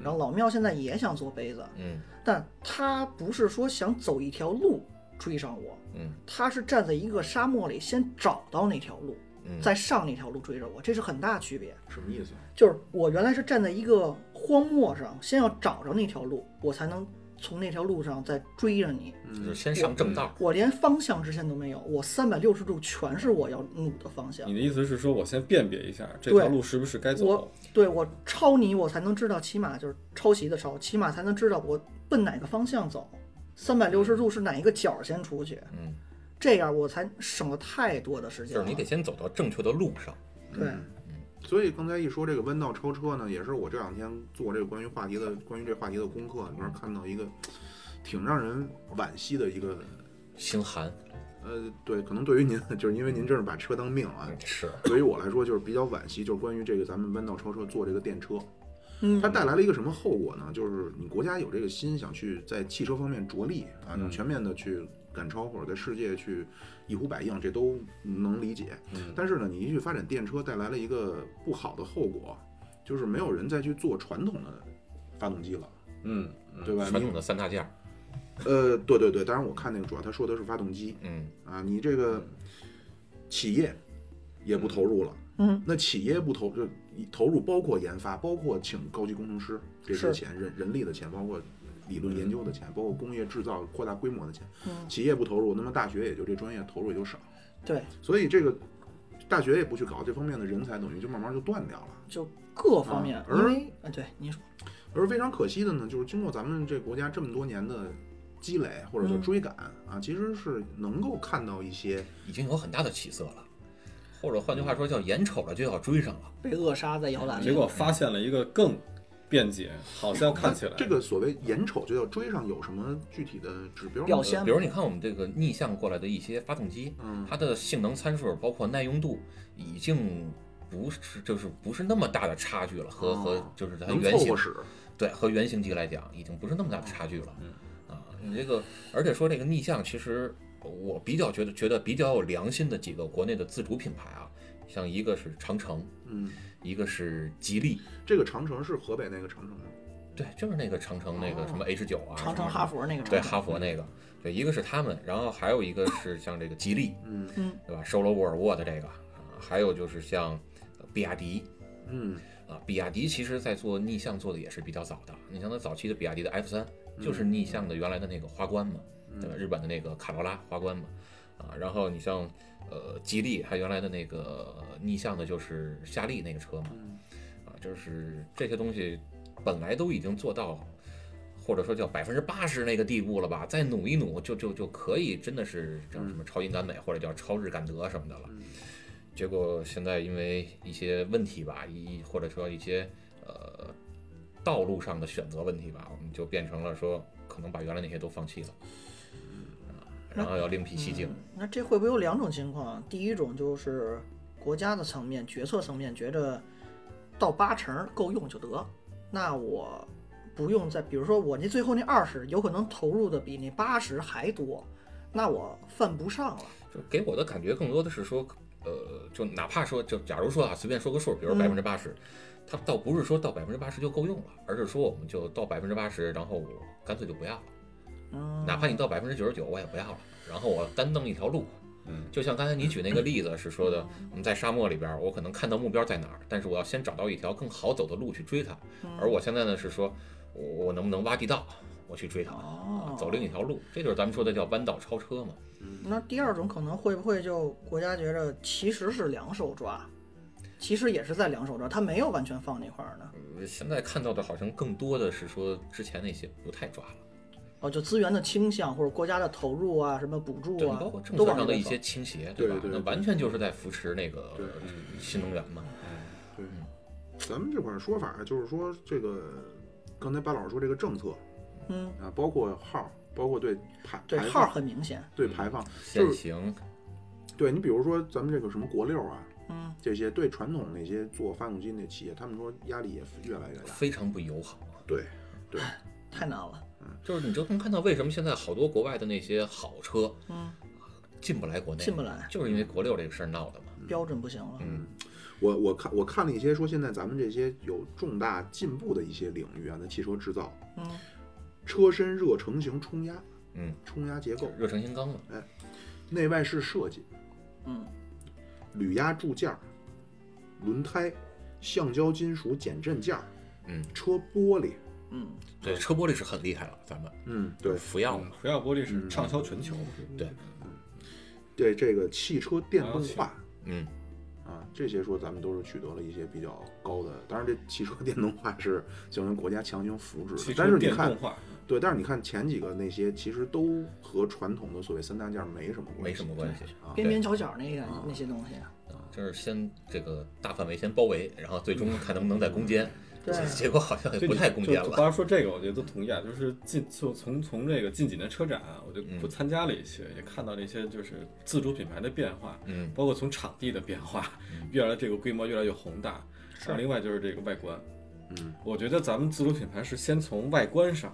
C: 然后老庙现在也想做杯子，
A: 嗯
C: 但他不是说想走一条路追上我，
A: 嗯
C: 他是站在一个沙漠里先找到那条路，
A: 嗯，
C: 再上那条路追着我，这是很大区别。
B: 什么意思？
C: 就是我原来是站在一个荒漠上，先要找着那条路，我才能从那条路上再追着你。
B: 嗯
A: 就是先上正道。
C: 我连方向之前都没有，我三百六十度全是我要努的方向
D: 你。的意思是说我先辨别一下这
C: 对
D: 条路是不是该走
C: 我？对我抄你，我才能知道，起码就是抄袭的抄，起码才能知道我奔哪个方向走，三百六十度是哪一个角先出去，
A: 嗯，
C: 这样我才省了太多的时间
B: 嗯
A: 就
C: 了。
A: 是你得嗯先走到正确的路上。
C: 对，
B: 所以刚才一说这个弯道超车呢，也是我这两天做这个关于话题的关于这话题的功课里面看到一个挺让人惋惜的一个，
A: 心寒
B: 呃，对，可能对于您 就是因为您真是把车当命啊，
A: 是，
B: 对于我来说就是比较惋惜，就是关于这个咱们弯道超车做这个电车，
C: 嗯
B: 它，带来了一个什么后果呢？就是你国家有这个心想去在汽车方面着力啊，能全面的去赶超或者在世界去一呼百应，这都能理解。但是呢，你一去发展电车，带来了一个不好的后果，就是没有人再去做传统的发动机了，
D: 嗯，
B: 对吧？
A: 传统的三大件儿。
B: 你呃，对对对，当然我看那个主要他说的是发动机
A: 嗯，
B: 啊，你这个企业也不投入了。
C: 嗯，
B: 那企业不投就投入，包括研发，包括请高级工程师这些
C: 是
B: 钱，人人力的钱，包括理论研究的钱，包括工业制造扩大规模的钱。
C: 嗯
B: 企业不投入，那么大学也就这专业投入也就少，
C: 对，
B: 所以这个大学也不去搞这方面的人才，等于就慢慢就断掉了。
C: 就各方面
B: 啊，
C: 因为啊，对，您说，
B: 而非常可惜的呢，就是经过咱们这国家这么多年的积累或者叫
C: 嗯
B: 追赶、啊，其实是能够看到一些
A: 已经有很大的起色了，或者换句话说叫眼瞅着就要追上了。
C: 被扼杀在
B: 啊
C: 摇篮里。
D: 结
B: 嗯
D: 果发现了一个更便捷，好像看起来
B: 这个所谓眼瞅就要追上，有什么具体的指标吗
C: 表现
A: 比如你看我们这个逆向过来的一些发动机，
B: 嗯
A: 它的性能参数包括耐用度已经不是就是不是那么大的差距了，和、
B: 哦
A: 和就是它
B: 能
A: 原
B: 凑
A: 型
B: 合使。
A: 对和原型机来讲已经不是那么大的差距
B: 嗯
A: 了。啊，你这个而且说这个逆向，其实我比较觉得觉得比较有良心的几个国内的自主品牌啊，像一个是长城，
B: 嗯，
A: 一个是吉利，
B: 这个长城是河北那个长城吗？
A: 对，就是那个长城那
B: 哦
A: 个什么 H 九啊，
C: 长
A: 什
C: 城
A: 么
C: 哈佛那个
A: 对
C: 长城，
A: 哈佛那个，对，一个是他们，然后还有一个是像这个吉利，
B: 嗯
C: 嗯
A: 对吧？收了沃尔沃的这个，啊，还有就是像呃比亚迪
B: 嗯
A: 啊，比亚迪其实在做逆向做的也是比较早的。你像它早期的比亚迪的 F 三，就是逆向的原来的那个花冠嘛，对吧？日本的那个卡罗拉花冠嘛，啊，然后你像呃吉利，它原来的那个逆向的就是夏利那个车嘛，
B: 嗯
A: 啊，就是这些东西本来都已经做到，或者说叫百分之八十那个地步了吧，再努一努就就就可以真的是叫什么超英赶美或者叫超日赶德什么的了。结果现在因为一些问题吧，一或者说一些呃道路上的选择问题吧，我们就变成了说可能把原来那些都放弃了，啊，然后要另辟蹊径。
C: 那这会不会啊有两种情况？第一种就是国家的层面、决策层面觉着到八成够用就得，那我不用再，比如说我那最后那二十，有可能投入的比那八十还多，那我犯不上了。
A: 就给我的感觉更多的是说，呃，就哪怕说，就假如说啊，随便说个数，比如百分之八十，它倒不是说到百分之八十就够用了，而是说我们就到百分之八十，然后我干脆就不要了，
C: 嗯，
A: 哪怕你到百分之九十九，我也不要了，然后我单弄一条路。
B: 嗯，
A: 就像刚才你举那个例子是说的，我们在沙漠里边儿，我可能看到目标在哪儿，但是我要先找到一条更好走的路去追它。而我现在呢是说，我我能不能挖地道，我去追它，
C: 哦，
A: 走另一条路，这就是咱们说的叫弯道超车嘛。
C: 那第二种可能会不会就国家觉着其实是两手抓，其实也是在两手抓，他没有完全放那块儿呢。
A: 呃现在看到的好像更多的是说之前那些不太抓了，
C: 哦，就资源的倾向或者国家的投入啊，什么补助
A: 对，
C: 啊，
A: 包括政
C: 都
A: 策
C: 往
A: 上的
C: 那边
A: 一
C: 走
A: 些倾斜，
B: 对
A: 吧？
B: 对
A: 那
B: 对
A: 完全就是在扶持那个
B: 对
A: 新能源嘛。
B: 对，咱们这块儿说法就是说，这个刚才巴老师说这个政策
C: 嗯，
B: 啊，包括号儿，包括对排
C: 对
B: 排
C: 号儿
B: 放
C: 很明显，
B: 对排放，
A: 限行，
B: 对你比如说咱们这个什么国六啊，
C: 嗯，
B: 这些对传统那些做发动机那企业，他们说压力也越来越大。
A: 非常不友好。啊
B: 对，对，
C: 太难了，
A: 就是你就能看到为什么现在好多国外的那些好车
C: 嗯，
A: 进不来国内，
C: 进不来，
A: 就是因为国六这个事儿闹的嘛。
C: 标准不行了，
A: 嗯，
B: 我我看我看了一些说现在咱们这些有重大进步的一些领域啊，那汽车制造，
C: 嗯，
B: 车身热成型冲压，
A: 嗯，
B: 冲压结构，
A: 热成型钢嘛，
B: 内外饰设计，
C: 嗯，
B: 铝压铸件儿，轮胎，橡胶金属减震件儿，
A: 嗯，
B: 车玻璃，
C: 嗯，
A: 对，车玻璃是很厉害了，咱们
B: 嗯，对
A: 福耀嘛，
D: 福耀玻璃
B: 嗯
D: 是畅销全球，
A: 对，
B: 对，这个汽车电动化。
A: 嗯，
B: 啊，这些说咱们都是取得了一些比较高的，当然这汽车电动化是形成国家强行扶持
D: 汽
B: 的，但是
D: 车
B: 你
D: 电
B: 看
D: 动，化，
B: 对，但是你看前几个那些其实都和传统的所谓三大件儿没什么关系，
A: 没什么关系。
B: 啊，
C: 边边角角那个
B: 啊
C: 那些东西，
A: 就是先这个大范围先包围，然后最终看能不能再攻坚。
C: 对
A: 结结果好像也
D: 这
A: 不
D: 你
A: 太攻坚
D: 就就
A: 了。
D: 当然说这个，我觉得都同意啊，就是近就从从这个近几年车展啊，我就
A: 嗯
D: 不参加了一些，也看到了一些就是自主品牌的变化，
A: 嗯，
D: 包括从场地的变化
A: 嗯，
D: 越来这个规模越来越宏大。然后另外就是这个外观，
B: 嗯，
D: 我觉得咱们自主品牌是先从外观上，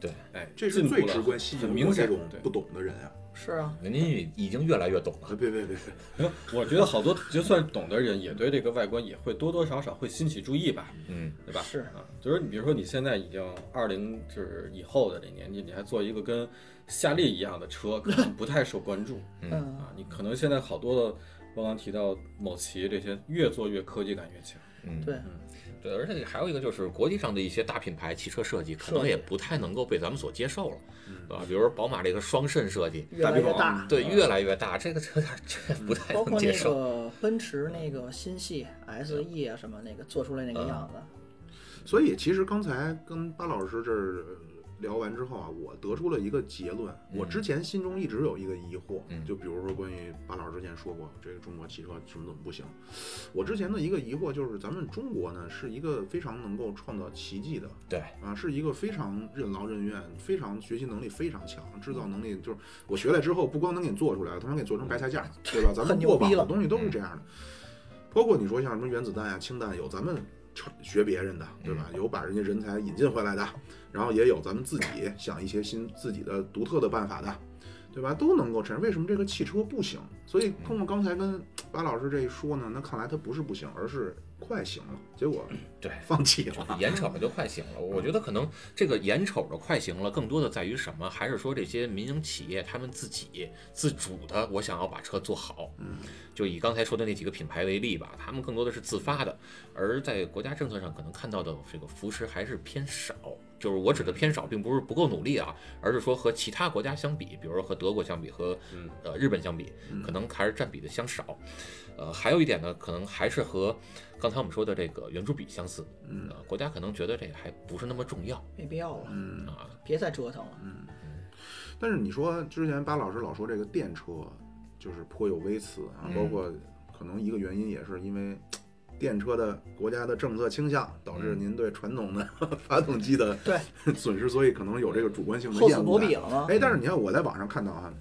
A: 对，
D: 哎，
B: 这是
D: 进步
B: 最
D: 了
B: 直观吸
D: 很
B: 引
D: 明
B: 我这
D: 显
B: 种
D: 对
B: 不懂的人啊，
A: 嗯
C: 是啊，
A: 人家也已经越来越懂
B: 啊
A: 了。
B: 别别别别，
D: 没有我觉得好多就算懂的人，也对这个外观也会多多少少会引起注意吧，
A: 嗯，
D: 对吧？
C: 是
D: 啊，就是你比如说你现在已经二零就是以后的这年纪，你还做一个跟夏利一样的车，可能不太受 关注
C: 嗯，
D: 啊。你可能现在好多的，我刚提到某奇这些，越做越科技感越强。
A: 嗯，
C: 对，
A: 对，而且还有一个就是国际上的一些大品牌汽车设计，可
C: 设
A: 能
C: 计嗯
A: 也不太能够被咱们所接受了，对吧？比如说宝马这个双肾设计，嗯
C: 越来越大，嗯
A: 对，越来越大，这个这个 这个不太
C: 包
A: 能
C: 括
A: 接
C: 那
A: 受。
C: 个奔驰那个新系 SE 啊什么那个做出来
A: 嗯
C: 那个样子，
B: 所以其实刚才跟巴老师这儿聊完之后啊，我得出了一个结论。我之前心中一直有一个疑惑，
A: 嗯
B: 就比如说关于巴老师之前说过，这个中国汽车什么怎么不行。我之前的一个疑惑就是，咱们中国呢是一个非常能够创造奇迹的
A: 对，
B: 啊，是一个非常任劳任怨、非常学习能力非常强、制造能力就是我学来之后，不光能给你做出来，他能给你做成白菜价 儿，对吧？咱
C: 很
B: 们
C: 牛
B: 过往
C: 逼
B: 的
C: 了嗯
B: 东西都是这样的，包括你说像什么原子弹呀、氢弹，有咱们学别人的，对
C: 嗯
B: 吧？有把人家人才引进回来的，然后也有咱们自己想一些新自己的独特的办法的，对吧？都能够承认，为什么这个汽车不行？所
C: 嗯
B: 以通过刚才跟巴老师这一说呢，那看来它不是不行，而是快行了，结果
A: 对
B: 放弃
A: 就
B: 了
A: 是。眼瞅着就快行了。我觉得可能这个眼瞅着快行了，更多的在于什么？还是说这些民营企业他们自己自主的，我想要把车做好。
B: 嗯，
A: 就以刚才说的那几个品牌为例吧，他们更多的是自发的，而在国家政策上可能看到的这个扶持还是偏少。就是我指的偏少，并不是不够努力啊，而是说和其他国家相比，比如说和德国相比，和
D: 嗯
A: 呃日本相比，可能还是占比的相少。呃，还有一点呢，可能还是和刚才我们说的这个圆珠笔相似，
B: 嗯
A: 呃，国家可能觉得这个还不是那么重要
C: 没必要了，
B: 嗯。
A: 啊，
C: 别再折腾了，
B: 但是你说之前巴老师老说这个电车，就是颇有微词啊，
A: 嗯
B: 包括可能一个原因也是因为电车的国家的政策倾向，导致
A: 嗯
B: 您对传统的 发动机的
C: 对
B: 损失，所以可能有这个主观性的
C: 厚
B: 厌
C: 此
B: 恶
C: 薄彼
B: 感。
A: 啊
C: 了吗？
B: 哎，但是你看我在网上看到啊，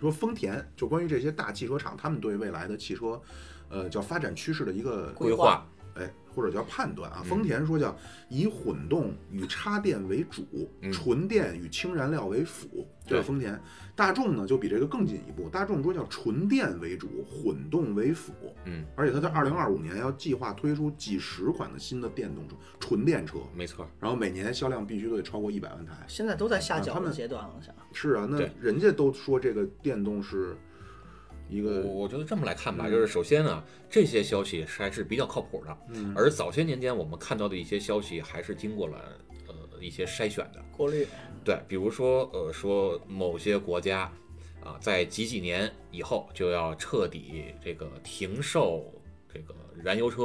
B: 说丰田就关于这些大汽车厂，他们对未来的汽车，呃，叫发展趋势的一个
C: 规
A: 划
C: 划，
B: 哎，或者叫判断
A: 嗯
B: 啊，丰田说叫以混动与插电为主，
A: 嗯
B: 纯电与氢燃料为辅，这
A: 对
B: 是丰田。大众呢就比这个更进一步，大众说叫纯电为主，混动为辅，
A: 嗯，
B: 而且它在二零二五年要计划推出几十款的新的电动车、纯电车，
A: 没错儿，
B: 然后每年销量必须都得超过一百万台。
C: 现在都在下
B: 啊他
C: 饺
B: 们
C: 子阶段了，我想。
B: 是啊，那
A: 对
B: 人家都说这个电动是一
A: 我
B: 个，
A: 我觉得这么来看吧，
B: 嗯
A: 就是首先呢，这些消息是还是比较靠谱的，
B: 嗯，
A: 而早些年间我们看到的一些消息还是经过了呃一些筛选的，
C: 过滤，
B: 嗯
A: 对，比如说呃说某些国家啊、在几几年以后就要彻底这个停售这个燃油车，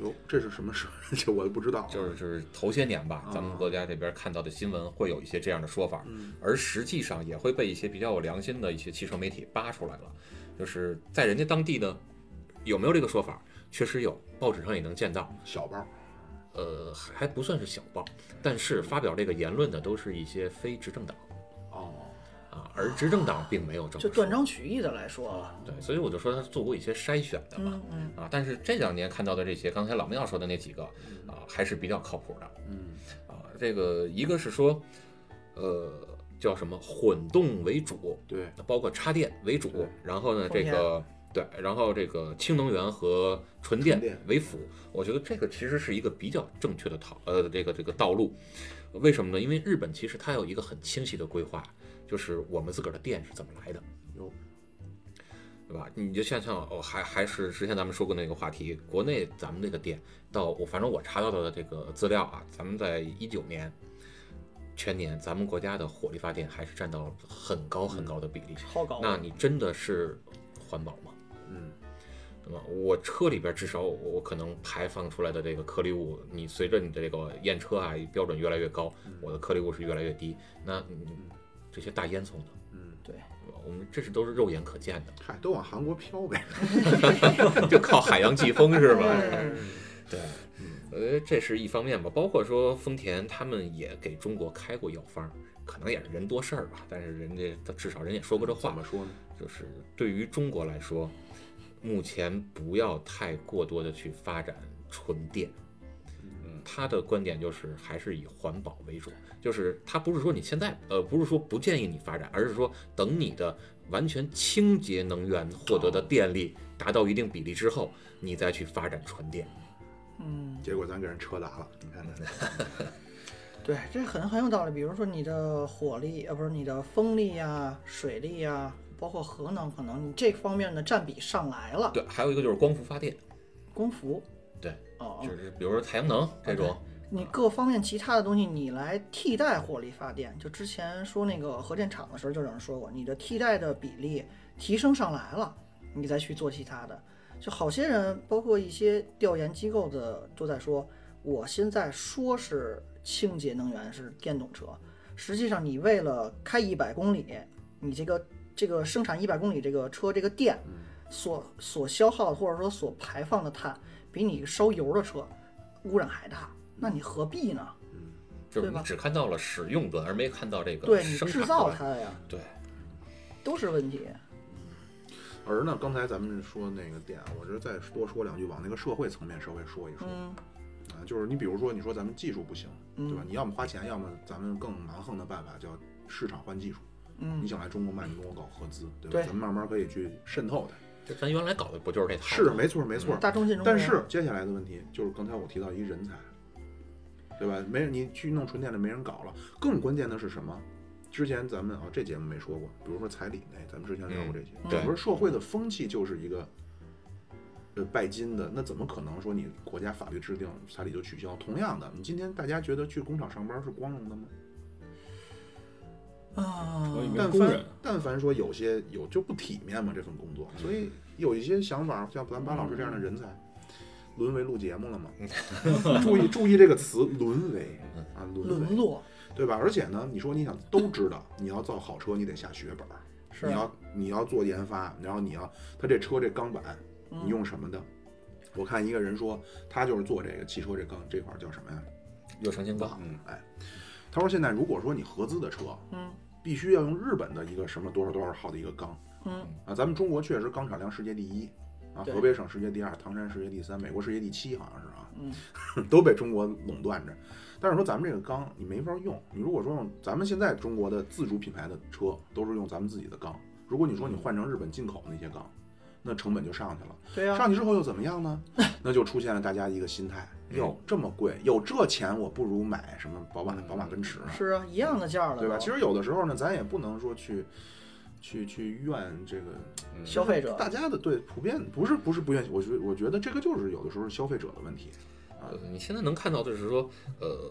B: 哟，这是什么事？ 这我不知道。啊
A: 就是就是头些年吧，咱
C: 啊
A: 们国家这边看到的新闻会有一些这样的说法，
C: 嗯
A: 而实际上也会被一些比较有良心的一些汽车媒体扒出来了，就是在人家当地呢有没有这个说法，确实有，报纸上也能见到，
B: 小包，
A: 呃，还还不算是小报，但是发表这个言论的都是一些非执政党
B: 哦，
A: 啊，而执政党并没有这么
C: 就断
A: 说
C: 章取义的来说了。
A: 对，所以我就说他是做过一些筛选的嘛。
C: 嗯嗯，
A: 啊，但是这两年看到的这些，刚才老庙说的那几个啊，还是比较靠谱的。
B: 嗯，
A: 啊，这个一个是说，呃，叫什么混动为主，
B: 对，
A: 包括插电为主
B: 对，
A: 然后呢，
C: 丰
A: 这
C: 田
A: 个对，然后这个氢能源和纯电
B: 纯电
A: 为辅，我觉得这个其实是一个比较正确的套呃这个这个道路。为什么呢？因为日本其实它有一个很清晰的规划，就是我们自个儿的电是怎么来的
B: 哟，
A: 对吧？你就像像哦，还还是之前咱们说过那个话题，国内咱们这个电到我反正我查到的这个资料啊，咱们在一九年。全年，咱们国家的火力发电还是占到很高
B: 嗯
A: 很高的比例，
C: 超高。
A: 那你真的是环保吗？
B: 嗯，
A: 对吧？我车里边至少我我可能排放出来的这个颗粒物，你随着你的这个验车啊标准越来越高，我的颗粒物是越来越低。那你这些大烟囱呢？
B: 嗯，
C: 对，
A: 对吧我们这是都是肉眼可见的，
B: 嗨，都往韩国飘呗。
A: 就靠海洋季风是吧？
C: 嗯
A: 对，呃，这是一方面吧，包括说丰田他们也给中国开过药方，可能也是人多事儿吧，但是人家他至少人也说过这话
B: 怎。么说呢？
A: 就是对于中国来说，目前不要太过多的去发展纯电。嗯，他的观点就是还是以环保为主，就是他不是说你现在呃不是说不建议你发展，而是说等你的完全清洁能源获得的电力达到一定比例之后，你再去发展纯电。
C: 嗯，
B: 结果咱给人车砸了，你看看，
C: 对，这很很有道理。比如说你的火力，呃，不是你的风力呀、水力呀、包括核能，可能你这方面的占比上来了。
A: 对，还有一个就是光伏发电，
C: 光伏，
A: 对，
C: 哦，
A: 就
C: 哦
A: 是比如说太阳能这种，
C: 你各方面其他的东西你来替代火力发电。就之前说那个核电厂的时候，就有人说过，你的替代的比例提升上来了，你再去做其他的。就好些人，包括一些调研机构的，都在说，我现在说是清洁能源是电动车，实际上你为了开一百公里，你这个这个生产一百公里这个车这个电所所消耗的或者说所排放的碳，比你烧油的车污染还大，那你何必呢？
A: 就是你
C: 对吧
A: 只看到了使用端，而没看到这个
C: 对你
A: 生
C: 制
A: 产
C: 造
A: 端。
C: 它的呀，
A: 对，
C: 都是问题。
B: 而呢，刚才咱们说那个电，我这再多说两句，往那个社会层面稍微说一说
C: 嗯
B: 啊，就是你比如说，你说咱们技术不行，对吧？
C: 嗯
B: 你要么花钱，要么咱们更蛮横的办法叫市场换技术。你
C: 嗯，
B: 想来中国卖，你跟我搞合资，对吧？
C: 对
B: 咱们慢慢可以去渗透它。
A: 就咱原来搞的不就是这套
B: 是，
A: 吗
B: 没错，没错。
C: 大众进中国
B: 但是接下来的问题就是刚才我提到一人才，对吧？没人，你去弄纯电的没人搞了。更关键的是什么？之前咱们啊、这节目没说过，比如说彩礼那，咱们之前聊过这些。
A: 嗯
B: 整个社会的风气就是一个。呃，拜金的那怎么可能说你国家法律制定彩礼就取消？同样的，你今天大家觉得去工厂上班是光荣的吗？
C: 啊，
D: 所以没
B: 但
D: 工
B: 凡
D: 人
B: 但凡说有些有就不体面嘛这份工作，所
C: 嗯
B: 以有一些想法，像咱巴老师这样的人才，沦为录节目了嘛？ 注意注意这个词“沦为”啊，
C: 沦
B: 沦为，
C: 落
B: 对吧？而且呢，你说你想都知道，你要造好车，你得下血本儿，
C: 是啊
B: 你要你要做研发，然后你要他这车这钢板，
C: 嗯
B: 你用什么的？我看一个人说，他就是做这个汽车这钢这块儿叫什么呀？
A: 有成千
B: 棒
A: 杠，，
B: 哎，他说现在如果说你合资的车，
C: 嗯，
B: 必须要用日本的一个什么多少多少号的一个钢，
C: 嗯
B: 啊，咱们中国确实钢产量世界第一，啊，
C: 对
B: 河北省世界第二，唐山世界第三，美国世界第七好像是啊，
C: 嗯
B: 都被中国垄断着。但是说咱们这个钢你没法用，你如果说用咱们现在中国的自主品牌的车都是用咱们自己的钢，如果你说你换成日本进口那些钢，那成本就上去了。
C: 对啊呀、
B: 上去之后又怎么样呢？那就出现了大家一个心态：哟，这么贵，有这钱我不如买什么宝马、宝马奔驰呢，
C: 是啊，一样的价儿了都，
B: 对吧？其实有的时候呢，咱也不能说去去去怨这个
D: 嗯
C: 消费者
B: 大家的对普遍不是不是不愿意，我觉得我觉得这个就是有的时候消费者的问题。
A: 呃，你现在能看到的是说，呃，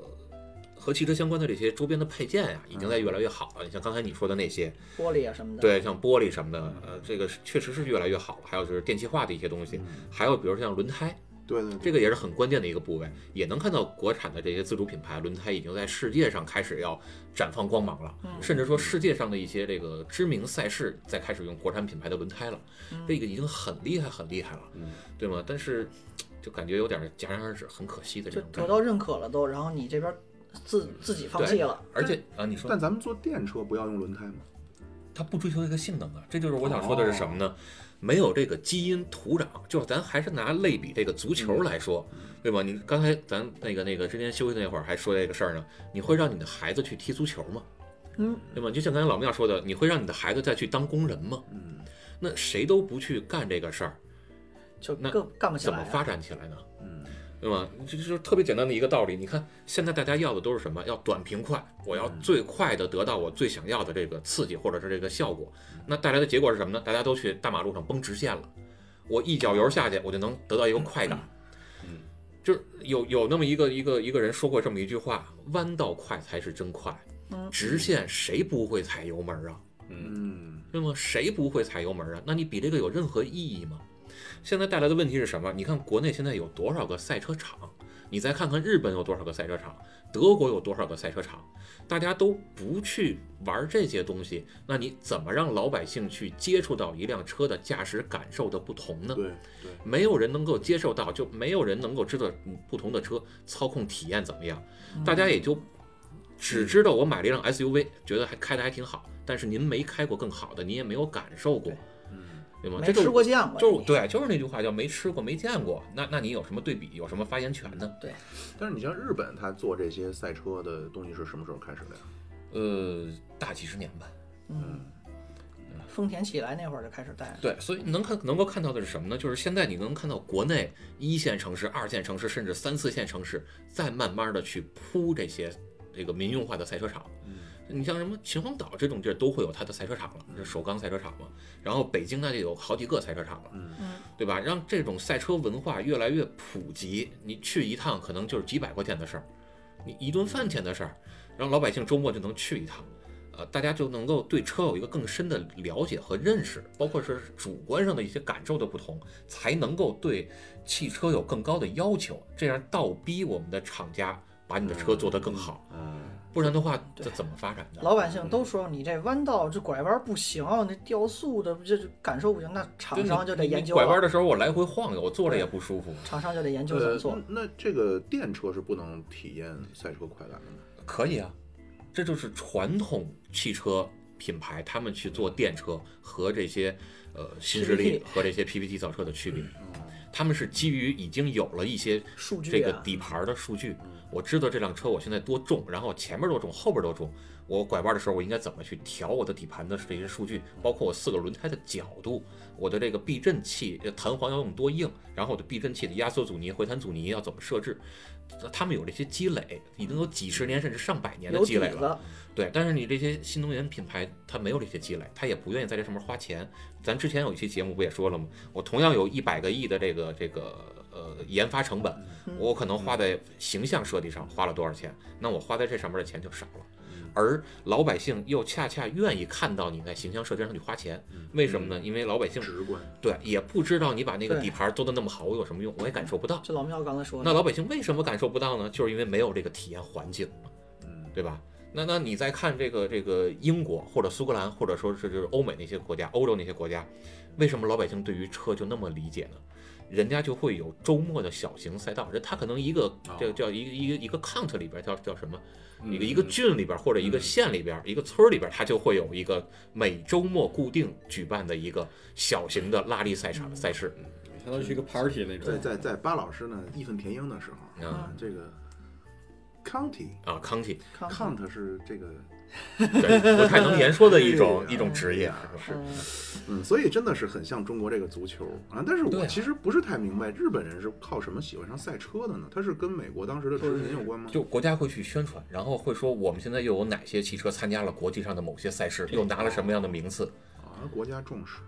A: 和汽车相关的这些周边的配件呀、已经在越来越好了。你像刚才你说的那些，
C: 玻璃啊什么的，，
A: 对，像玻璃什么的，呃，这个是确实是越来越好了。还有就是电气化的一些东西，还有比如像轮胎，
B: 对对对，
A: 这个也是很关键的一个部位，也能看到国产的这些自主品牌轮胎已经在世界上开始要绽放光芒了，甚至说世界上的一些这个知名赛事在开始用国产品牌的轮胎了，这个已经很厉害很厉害了，
B: 嗯
A: 对吗？但是就感觉有点戛然而止，很可惜的这
C: 就
A: 种感
C: 得
A: 觉。
C: 到认可了都，然后你这边自
A: 嗯
C: 自己放弃了，
A: 而且啊，你说
B: 但咱们做电车不要用轮胎吗？
A: 它不追求一个性能啊，这就是我想说的是什么呢？
B: 哦
A: 没有这个基因土壤，就是咱还是拿类比这个足球
B: 嗯
A: 来说，对吧？你刚才咱那个那个之前休息那会儿还说这个事儿呢，你会让你的孩子去踢足球吗？
C: 嗯，
A: 对吧？就像刚才老庙说的，你会让你的孩子再去当工人吗？
B: 嗯，
A: 那谁都不去干这个事儿，
C: 就
A: 那
C: 更干不起
A: 怎
C: 来啊
A: 么
C: 了。
A: 发展起来呢？
B: 嗯，
A: 对吧？这就是特别简单的一个道理。你看，现在大家要的都是什么？要短平快，我
C: 嗯
A: 要最快的得到我最想要的这个刺激或者是这个效果。
C: 嗯
A: 那带来的结果是什么呢？大家都去大马路上崩直线了，我一脚油下去，我就能得到一个快感。
C: 嗯
A: 就是有有那么一个一个一个人说过这么一句话：弯道快才是真快
C: 嗯，
A: 直线谁不会踩油门啊？
B: 嗯，
A: 那么谁不会踩油门啊？那你比这个有任何意义吗？现在带来的问题是什么？你看国内现在有多少个赛车场？你再看看日本有多少个赛车场，德国有多少个赛车场？大家都不去玩这些东西，那你怎么让老百姓去接触到一辆车的驾驶感受的不同
B: 嗯
A: 呢？
B: 对对，
A: 没有人能够接受到，就没有人能够知道嗯不同的车操控体验怎么样，大家也就只知道我买了一辆 SUV，觉得还开的还挺好，但是您没开过更好的，您也没有感受过，
B: 嗯，
A: 对吗？
C: 没
A: 这就
C: 吃
A: 是
C: 过见过，
A: 就是对，就是那句话叫没吃过没见过，那那你有什么对比，有什么发言权呢？
B: 但是你像日本，它做这些赛车的东西是什么时候开始的呀？
A: 呃，大几十年吧。
C: 嗯，丰田起来那会儿就开始带了，
A: 对，所以能看能够看到的是什么呢？就是现在你能看到国内一线城市、二线城市，甚至三四线城市，在慢慢的去铺这些这个民用化的赛车场。你像什么秦皇岛这种地儿都会有它的赛车场了，这首钢赛车场嘛。然后北京那就有好几个赛车场了，
C: 嗯
A: 对吧？让这种赛车文化越来越普及，你去一趟可能就是几百块钱的事儿，你一顿饭钱的事儿，让老百姓周末就能去一趟。呃，大家就能够对车有一个更深的了解和认识，包括是主观上的一些感受的不同，才能够对汽车有更高的要求，这样倒逼我们的厂家把你的车做得更好，
B: 嗯，
A: 不然的话，
C: 对
A: 这怎么发展呢？
C: 老百姓都说你这弯道这拐弯不行，那雕塑的这这感受不行，那厂
A: 你
C: 商就得
A: 你你
C: 研究啊
A: 拐弯
C: 了
A: 的时候我来回晃悠，我坐着也不舒服。
C: 厂商就得研究怎么
B: 呃
C: 做。，
A: 嗯
B: 那那这个电车是不能体验赛车快感的吗？
A: 可以啊，这就是传统汽车品牌他们去做电车和这些呃新势力
C: PPT
A: 和这些 PPT 造车的区别。
C: 嗯
A: 他们是基于已经有了一些
C: 数据啊
A: 这个底盘的数据，我知道这辆车我现在多重，然后前面多重，后边多重，我拐弯的时候我应该怎么去调我的底盘的这些数据，包括我四个轮胎的角度，我的这个避震器呃弹簧要用多硬，然后我的避震器的压缩阻尼、回弹阻尼要怎么设置，他们有这些积累，已经有几十年甚至上百年的
C: 有
A: 积
C: 底
A: 累了。
C: 子，
A: 对，但是你这些新能源品牌，它没有这些积累，它也不愿意在这上面花钱。咱之前有一期节目不也说了吗？我同样有一百个亿的这个这个呃研发成本，我可能花在形象设计上花了多少钱，那我花在这上面的钱就少了。而老百姓又恰恰愿意看到你在形象设计上去花钱，为什么呢？因为老百姓
B: 直观，
A: 对也不知道你把那个
C: 对
A: 底盘做的那么好，我有什么用？我也感受不到。
C: 这老庙刚才说
A: 那
C: 的，
A: 老百姓为什么感受不到呢？就是因为没有这个体验环境，对吧？那那你再看这个这个英国或者苏格兰，或者说是就是欧美那些国家、欧洲那些国家，为什么老百姓对于车就那么理解呢？人家就会有周末的小型赛道，人他可能一个
D: 哦啊
A: 这个叫一个一个一个 count 里边叫叫什么，
D: 嗯
A: 一个一个郡里边或者一个县里边、一个村儿里边，他就会有一个每周末固定举办的一个小型的拉力赛场赛事。
D: 相当于去一个 party 那
B: 在
D: 种。
B: 在在巴老师呢义愤填膺的时候，
A: 啊
B: 这个 county
A: 啊，county，
C: 看看
B: count 是这个，
A: 对，不太能言说的一种
B: 对
A: 一种职业
B: 哎呀，
A: 是吧
B: 是
C: 嗯
B: 嗯，所以真的是很像中国这个足球啊。但是
A: 对
B: 我
A: 啊
B: 其实不是太明白，日本人是靠什么喜欢上赛车的呢？他是跟美国当时的殖民有关吗？
A: 就国家会去宣传，然后会说我们现在又有哪些汽车参加了国际上的某些赛事，又拿了什么样的名次。
B: 啊，国家重视，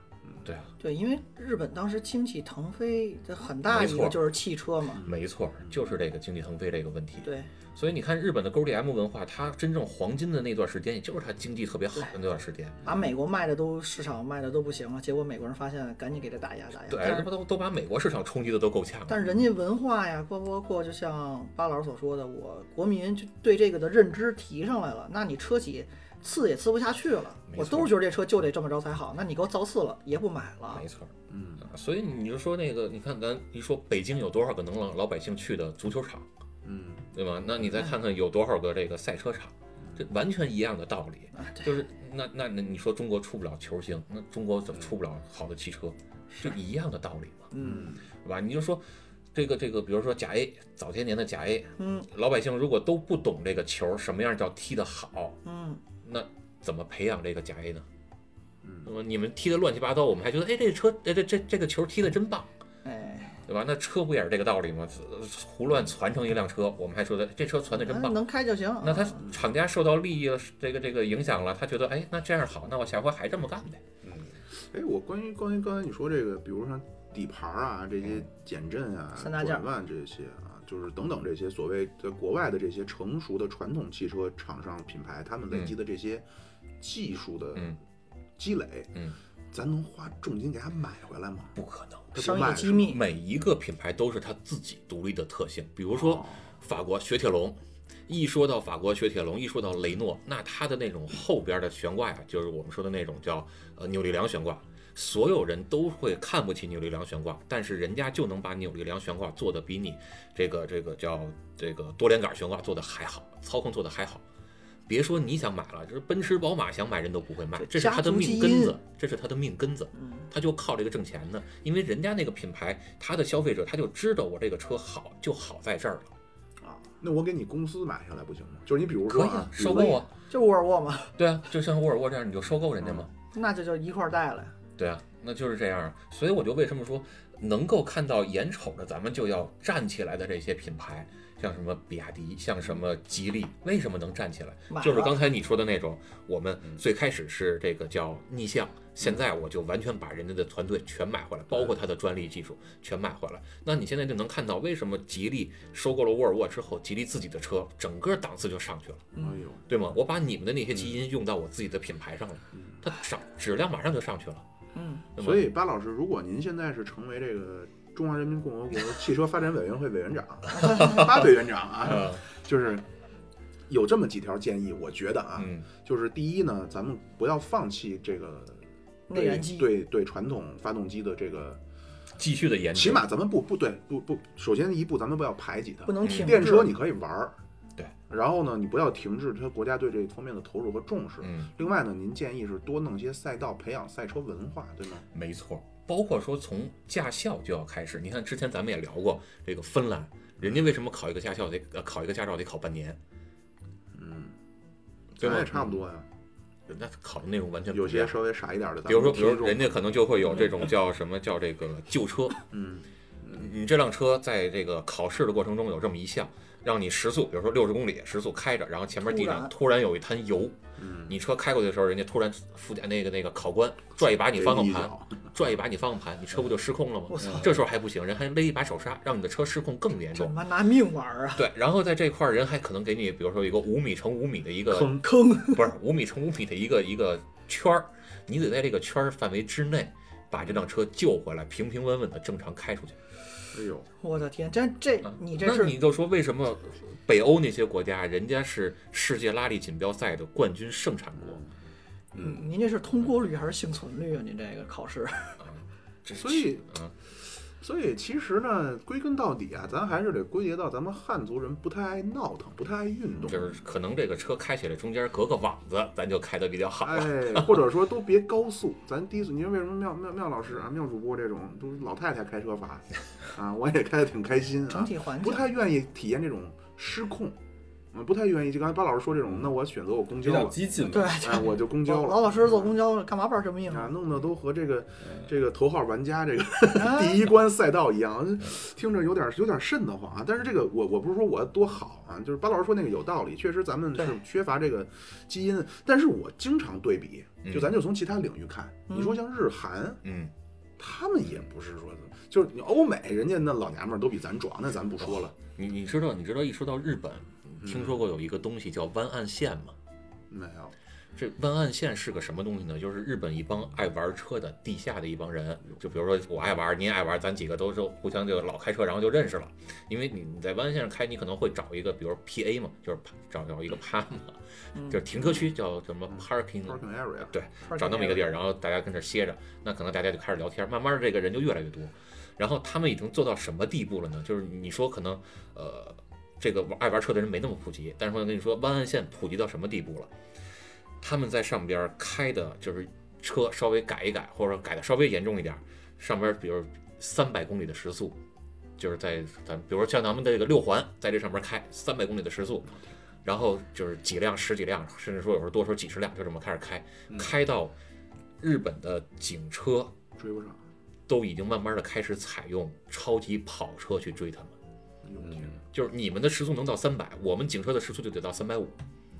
A: 对啊，
C: 对，因为日本当时经济腾飞，这很大
A: 没
C: 一
A: 错
C: 个就是汽车嘛。
A: 没错，就是这个经济腾飞这个问题。
C: 对，
A: 所以你看日本的 GDM 文化，它真正黄金的那段时间，也就是它经济特别好的那段时间。
C: 把美国卖的都市场卖的都不行了，结果美国人发现赶紧给它打压打压。
A: 对，
C: 但
A: 他
C: 是
A: 妈都都把美国市场冲击的都够呛了。
C: 但是人家文化呀，包包括就像巴老师所说的，我国民就对这个的认知提上来了，那你车企次也次不下去了，
A: 没
C: 我
A: 错
C: 都是觉得这车就得这么着才好，那你给我造次了也不买了
A: 没。错儿
B: 嗯，
A: 啊，所以你就说那个，你看咱一说北京有多少个能让老百姓去的足球场，
B: 嗯，嗯
A: 对吗？那你再看看有多少个这个赛车场，这完全一样的道理。
C: 啊，对，
A: 就是那那那你说中国出不了球星，那中国
B: 嗯
A: 怎么出不了好的汽车？是一样的道理嘛，
C: 嗯
A: 对吧？你就说这个这个，比如说甲 A，早些年的甲 A，
C: 嗯
A: 老百姓如果都不懂这个球什么样叫踢得好，
C: 嗯，
A: 那怎么培养这个甲 A 呢？
B: 嗯
A: 那么你们踢得乱七八糟，我们还觉得哎这车哎这这这个球踢得真棒，
C: 哎，
A: 对吧？那车不也是这个道理吗？呃胡乱传承一辆车，我们还说的这车传得真
C: 啊
A: 棒。
C: 能开就行。
A: 那他
C: 啊
A: 厂家受到利益了，这个这个影响了，他觉得哎，那这样好，那我下回还这么干呗。
B: 哎，我关于关于刚才你说这个，比如像底盘啊、这些减震啊、
C: 嗯三大件儿
B: 转弯这些啊，就是等等这些所谓在国外的这些成熟的传统汽车厂商品牌，他们累
C: 嗯
B: 积的这些技术的
A: 嗯
B: 积累，
A: 嗯，
B: 咱能花重金给它买回来吗？
A: 不可能，
B: 它不
C: 商
B: 卖
C: 业
B: 是
C: 机
B: 吗
C: 密，
A: 每一个品牌都是它自己独立的特性。比如说法国雪铁龙，一说到法国雪铁龙，一说到雷诺，那它的那种后边的悬挂呀、就是我们说的那种叫呃扭力梁悬挂。所有人都会看不起扭力梁悬挂，但是人家就能把扭力梁悬挂做得比你这个这个叫这个多连杆悬挂做得还好，操控做得还好。别说你想买了，就是奔驰、宝马想买人都不会卖，这
C: 这
A: 是它的
C: 家族
A: 命
C: 基
A: 根
C: 因
A: 子，这是它的命根子。
C: 嗯，
A: 他就靠这个挣钱呢，因为人家那个品牌，他的消费者他就知道我这个车好，就好在这儿了，
B: 那我给你公司买下来不行吗？就是你比如
A: 可
B: 说
A: 以
B: 啊，比如
A: 收
B: 说
A: 购啊，
C: 就沃尔沃嘛，
A: 对啊，就像沃尔沃这样，你就收购人家嘛，
C: 那就就一块儿带了。
A: 对啊，那就是这样啊，所以我就为什么说能够看到眼瞅着咱们就要站起来的这些品牌，像什么比亚迪，像什么吉利，为什么能站起来？
C: 买
A: 就是
C: 了
A: 刚才你说的那种，我们最开始是这个叫逆向，现在我就完全把人家的团队全买回来，包括他的专利技术全买回来。那你现在就能看到为什么吉利收购了沃尔沃之后，吉利自己的车整个档次就上去了，
C: 嗯
B: 哎呦，
A: 对吗？我把你们的那些基因用到我自己的品牌上了，它上质量马上就上去了，
C: 嗯，
A: 对吗
B: 所以巴老师，如果您现在是成为这个中华人民共和国汽车发展委员会委员 长，巴委员长啊，就是有这么几条建议，我觉得啊，
A: 嗯，
B: 就是第一呢，咱们不要放弃这个对
C: 内燃机
B: 对对传统发动机的这个，
A: 继续的研究，
B: 起码咱们不不对不不，首先一步咱们不要排挤它，
C: 不能停
B: 嗯电
C: 滞
B: 车你可以玩儿，
A: 对，
B: 然后呢，你不要停滞它国家对这方面的投入和重视。
A: 嗯。
B: 另外呢，您建议是多弄些赛道，培养赛车文化，对吗？
A: 没错，包括说从驾校就要开始。你看之前咱们也聊过这个芬兰，人家为什么考一个驾校得呃考一个驾照得考半年，
B: 嗯，
A: 对
B: 咱
A: 吧？
B: 也差不多呀、
A: 人家考的内容完全
B: 有
A: 不一样
B: 些稍微傻一点的，
A: 比如说，
B: 咱
A: 比
B: 们
A: 如
B: 听众
A: 人家可能就会有这种叫什么叫这个旧车，
B: 嗯，
A: 你这辆车在这个考试的过程中有这么一项，让你时速，比如说六十公里时速开着，然后前面地
C: 突
A: 上
C: 然
A: 突然有一滩油，
B: 嗯
A: 你车开过去的时候，人家突然副驾那个那个考官拽一把你
B: 给
A: 方向
B: 一
A: 盘，
B: 脚
A: 拽一把你方向盘，你车不就失控了吗？
C: 我操
A: 这时候还不行，人还勒一把手刹，让你的车失控更严
C: 这他
A: 重。
C: 妈拿命玩儿啊！
A: 对，然后在这块儿，人还可能给你，比如说一个五米乘五米的一个，
B: 嗯
C: 坑坑，
A: 不是五米乘五米的一个一个圈儿，你得在这个圈儿范围之内把这辆车救回来，平平稳稳的正常开出去。
B: 哎呦，
C: 我的天，真这
B: 嗯
A: 啊
C: 你这
A: 那
C: 是
A: 你就说为什么北欧那些国家，人家是世界拉力锦标赛的冠军盛产国，
C: 嗯，您这是通过率还是幸存率啊？您这个考试，
A: 这
B: 所以
A: 嗯
B: 所以其实呢，归根到底啊，咱还是得归结到咱们汉族人不太爱闹腾，不太爱运动，
A: 就是可能这个车开起来中间隔个网子，咱就开得比较好了。
B: 哎，或者说都别高速，咱低速。你说为什么妙妙妙老师啊、妙主播这种都是老太太开车法啊，我也开得挺开心
C: 整
B: 啊，
C: 体环
B: 不
C: 境
B: 太愿意体验这种失控，嗯，不太愿意。就刚才巴老师说这种，那我选择我公
D: 嗯比
B: 交
D: 较
B: 了，
D: 激进
C: 对
D: 的，，
B: 哎，我就公交
C: 老
B: 了。嗯
C: 老老实实坐公交干嘛玩这么硬？
B: 啊，弄得都和这个
D: 嗯
B: 这个头号玩家这个
C: 哎
B: 第一关赛道一样，
D: 哎
B: 听着有点有点瘆得慌啊。但是这个我我不是说我多好啊，就是巴老师说那个有道理，确实咱们
C: 对
B: 是缺乏这个基因。但是我经常对比，
A: 嗯
B: 就咱就从其他领域看，
C: 嗯
B: 你说像日韩，
A: 嗯，
B: 他们也不是说就是你欧美人家那老娘们儿都比咱壮，那咱不
D: 哦
B: 说了。
A: 你你知道你知道一说到日本，听说过有一个东西叫湾岸线吗？
B: 没有，
A: 这湾岸线是个什么东西呢？就是日本一帮爱玩车的地下的一帮人，就比如说我爱玩，您爱玩，咱几个都是互相就老开车，然后就认识了。因为你你在湾岸线上开，你可能会找一个，比如 P A 嘛，就是找找一个趴嘛，
C: 嗯
A: 就是停车区叫什么 parking，
B: parking area，
A: 对，找那么一个地儿，然后大家跟这儿歇着，那可能大家就开始聊天，慢慢儿这个人就越来越多。然后他们已经做到什么地步了呢？就是你说可能呃，这个玩爱玩车的人没那么普及，但是我跟你说，湾岸线普及到什么地步了？他们在上边儿开的就是车稍微改一改，或者说改的稍微严重一点儿，上边儿比如三百公里的时速，就是在咱比如说像咱们的这个六环在这上边儿开三百公里的时速，然后就是几辆十几辆，甚至说有时候多说几十辆，就这么开始开，开到日本的警车
B: 追不上。
A: 都已经慢慢的开始采用超级跑车去追他们，
B: 哎呦天哪
A: 就是你们的时速能到三百，我们警车的时速就得到三百五，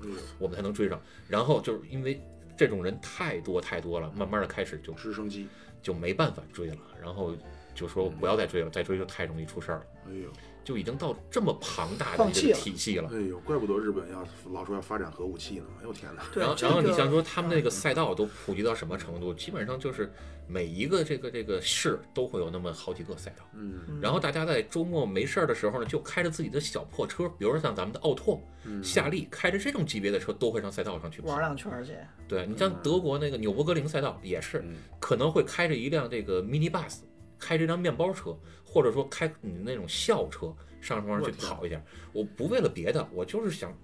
B: 哎呦，
A: 我们才能追上。然后就是因为这种人太多太多了，慢慢的开始就
B: 直升机，
A: 就没办法追了，然后就说不要再追了，再追就太容易出事儿了。
B: 哎呦，
A: 就已经到这么庞大的
C: 放
A: 一
C: 弃
A: 个
C: 了
A: 体系了
B: 哎。呦，怪不得日本要老说要发展核武器呢。哎呦天哪！
C: 对，
A: 然后，
C: 这
A: 然后你
C: 个嗯
A: 像说他们那个赛道都普及到什么程度？基本上就是每一个这个这个市都会有那么好几个赛道。
B: 嗯，
A: 然后大家在周末没事儿的时候呢，就开着自己的小破车，比如说像咱们的奥拓、夏利，开着这种级别的车都会上赛道上去
C: 玩
A: 跑。
C: 两圈儿去，
A: 对你像德国那个纽博格林赛道也是，可能会开着一辆这个 mini bus，开着一辆面包车，或者说开你那种校车上上面去跑一下。我不为了别的，我就是想，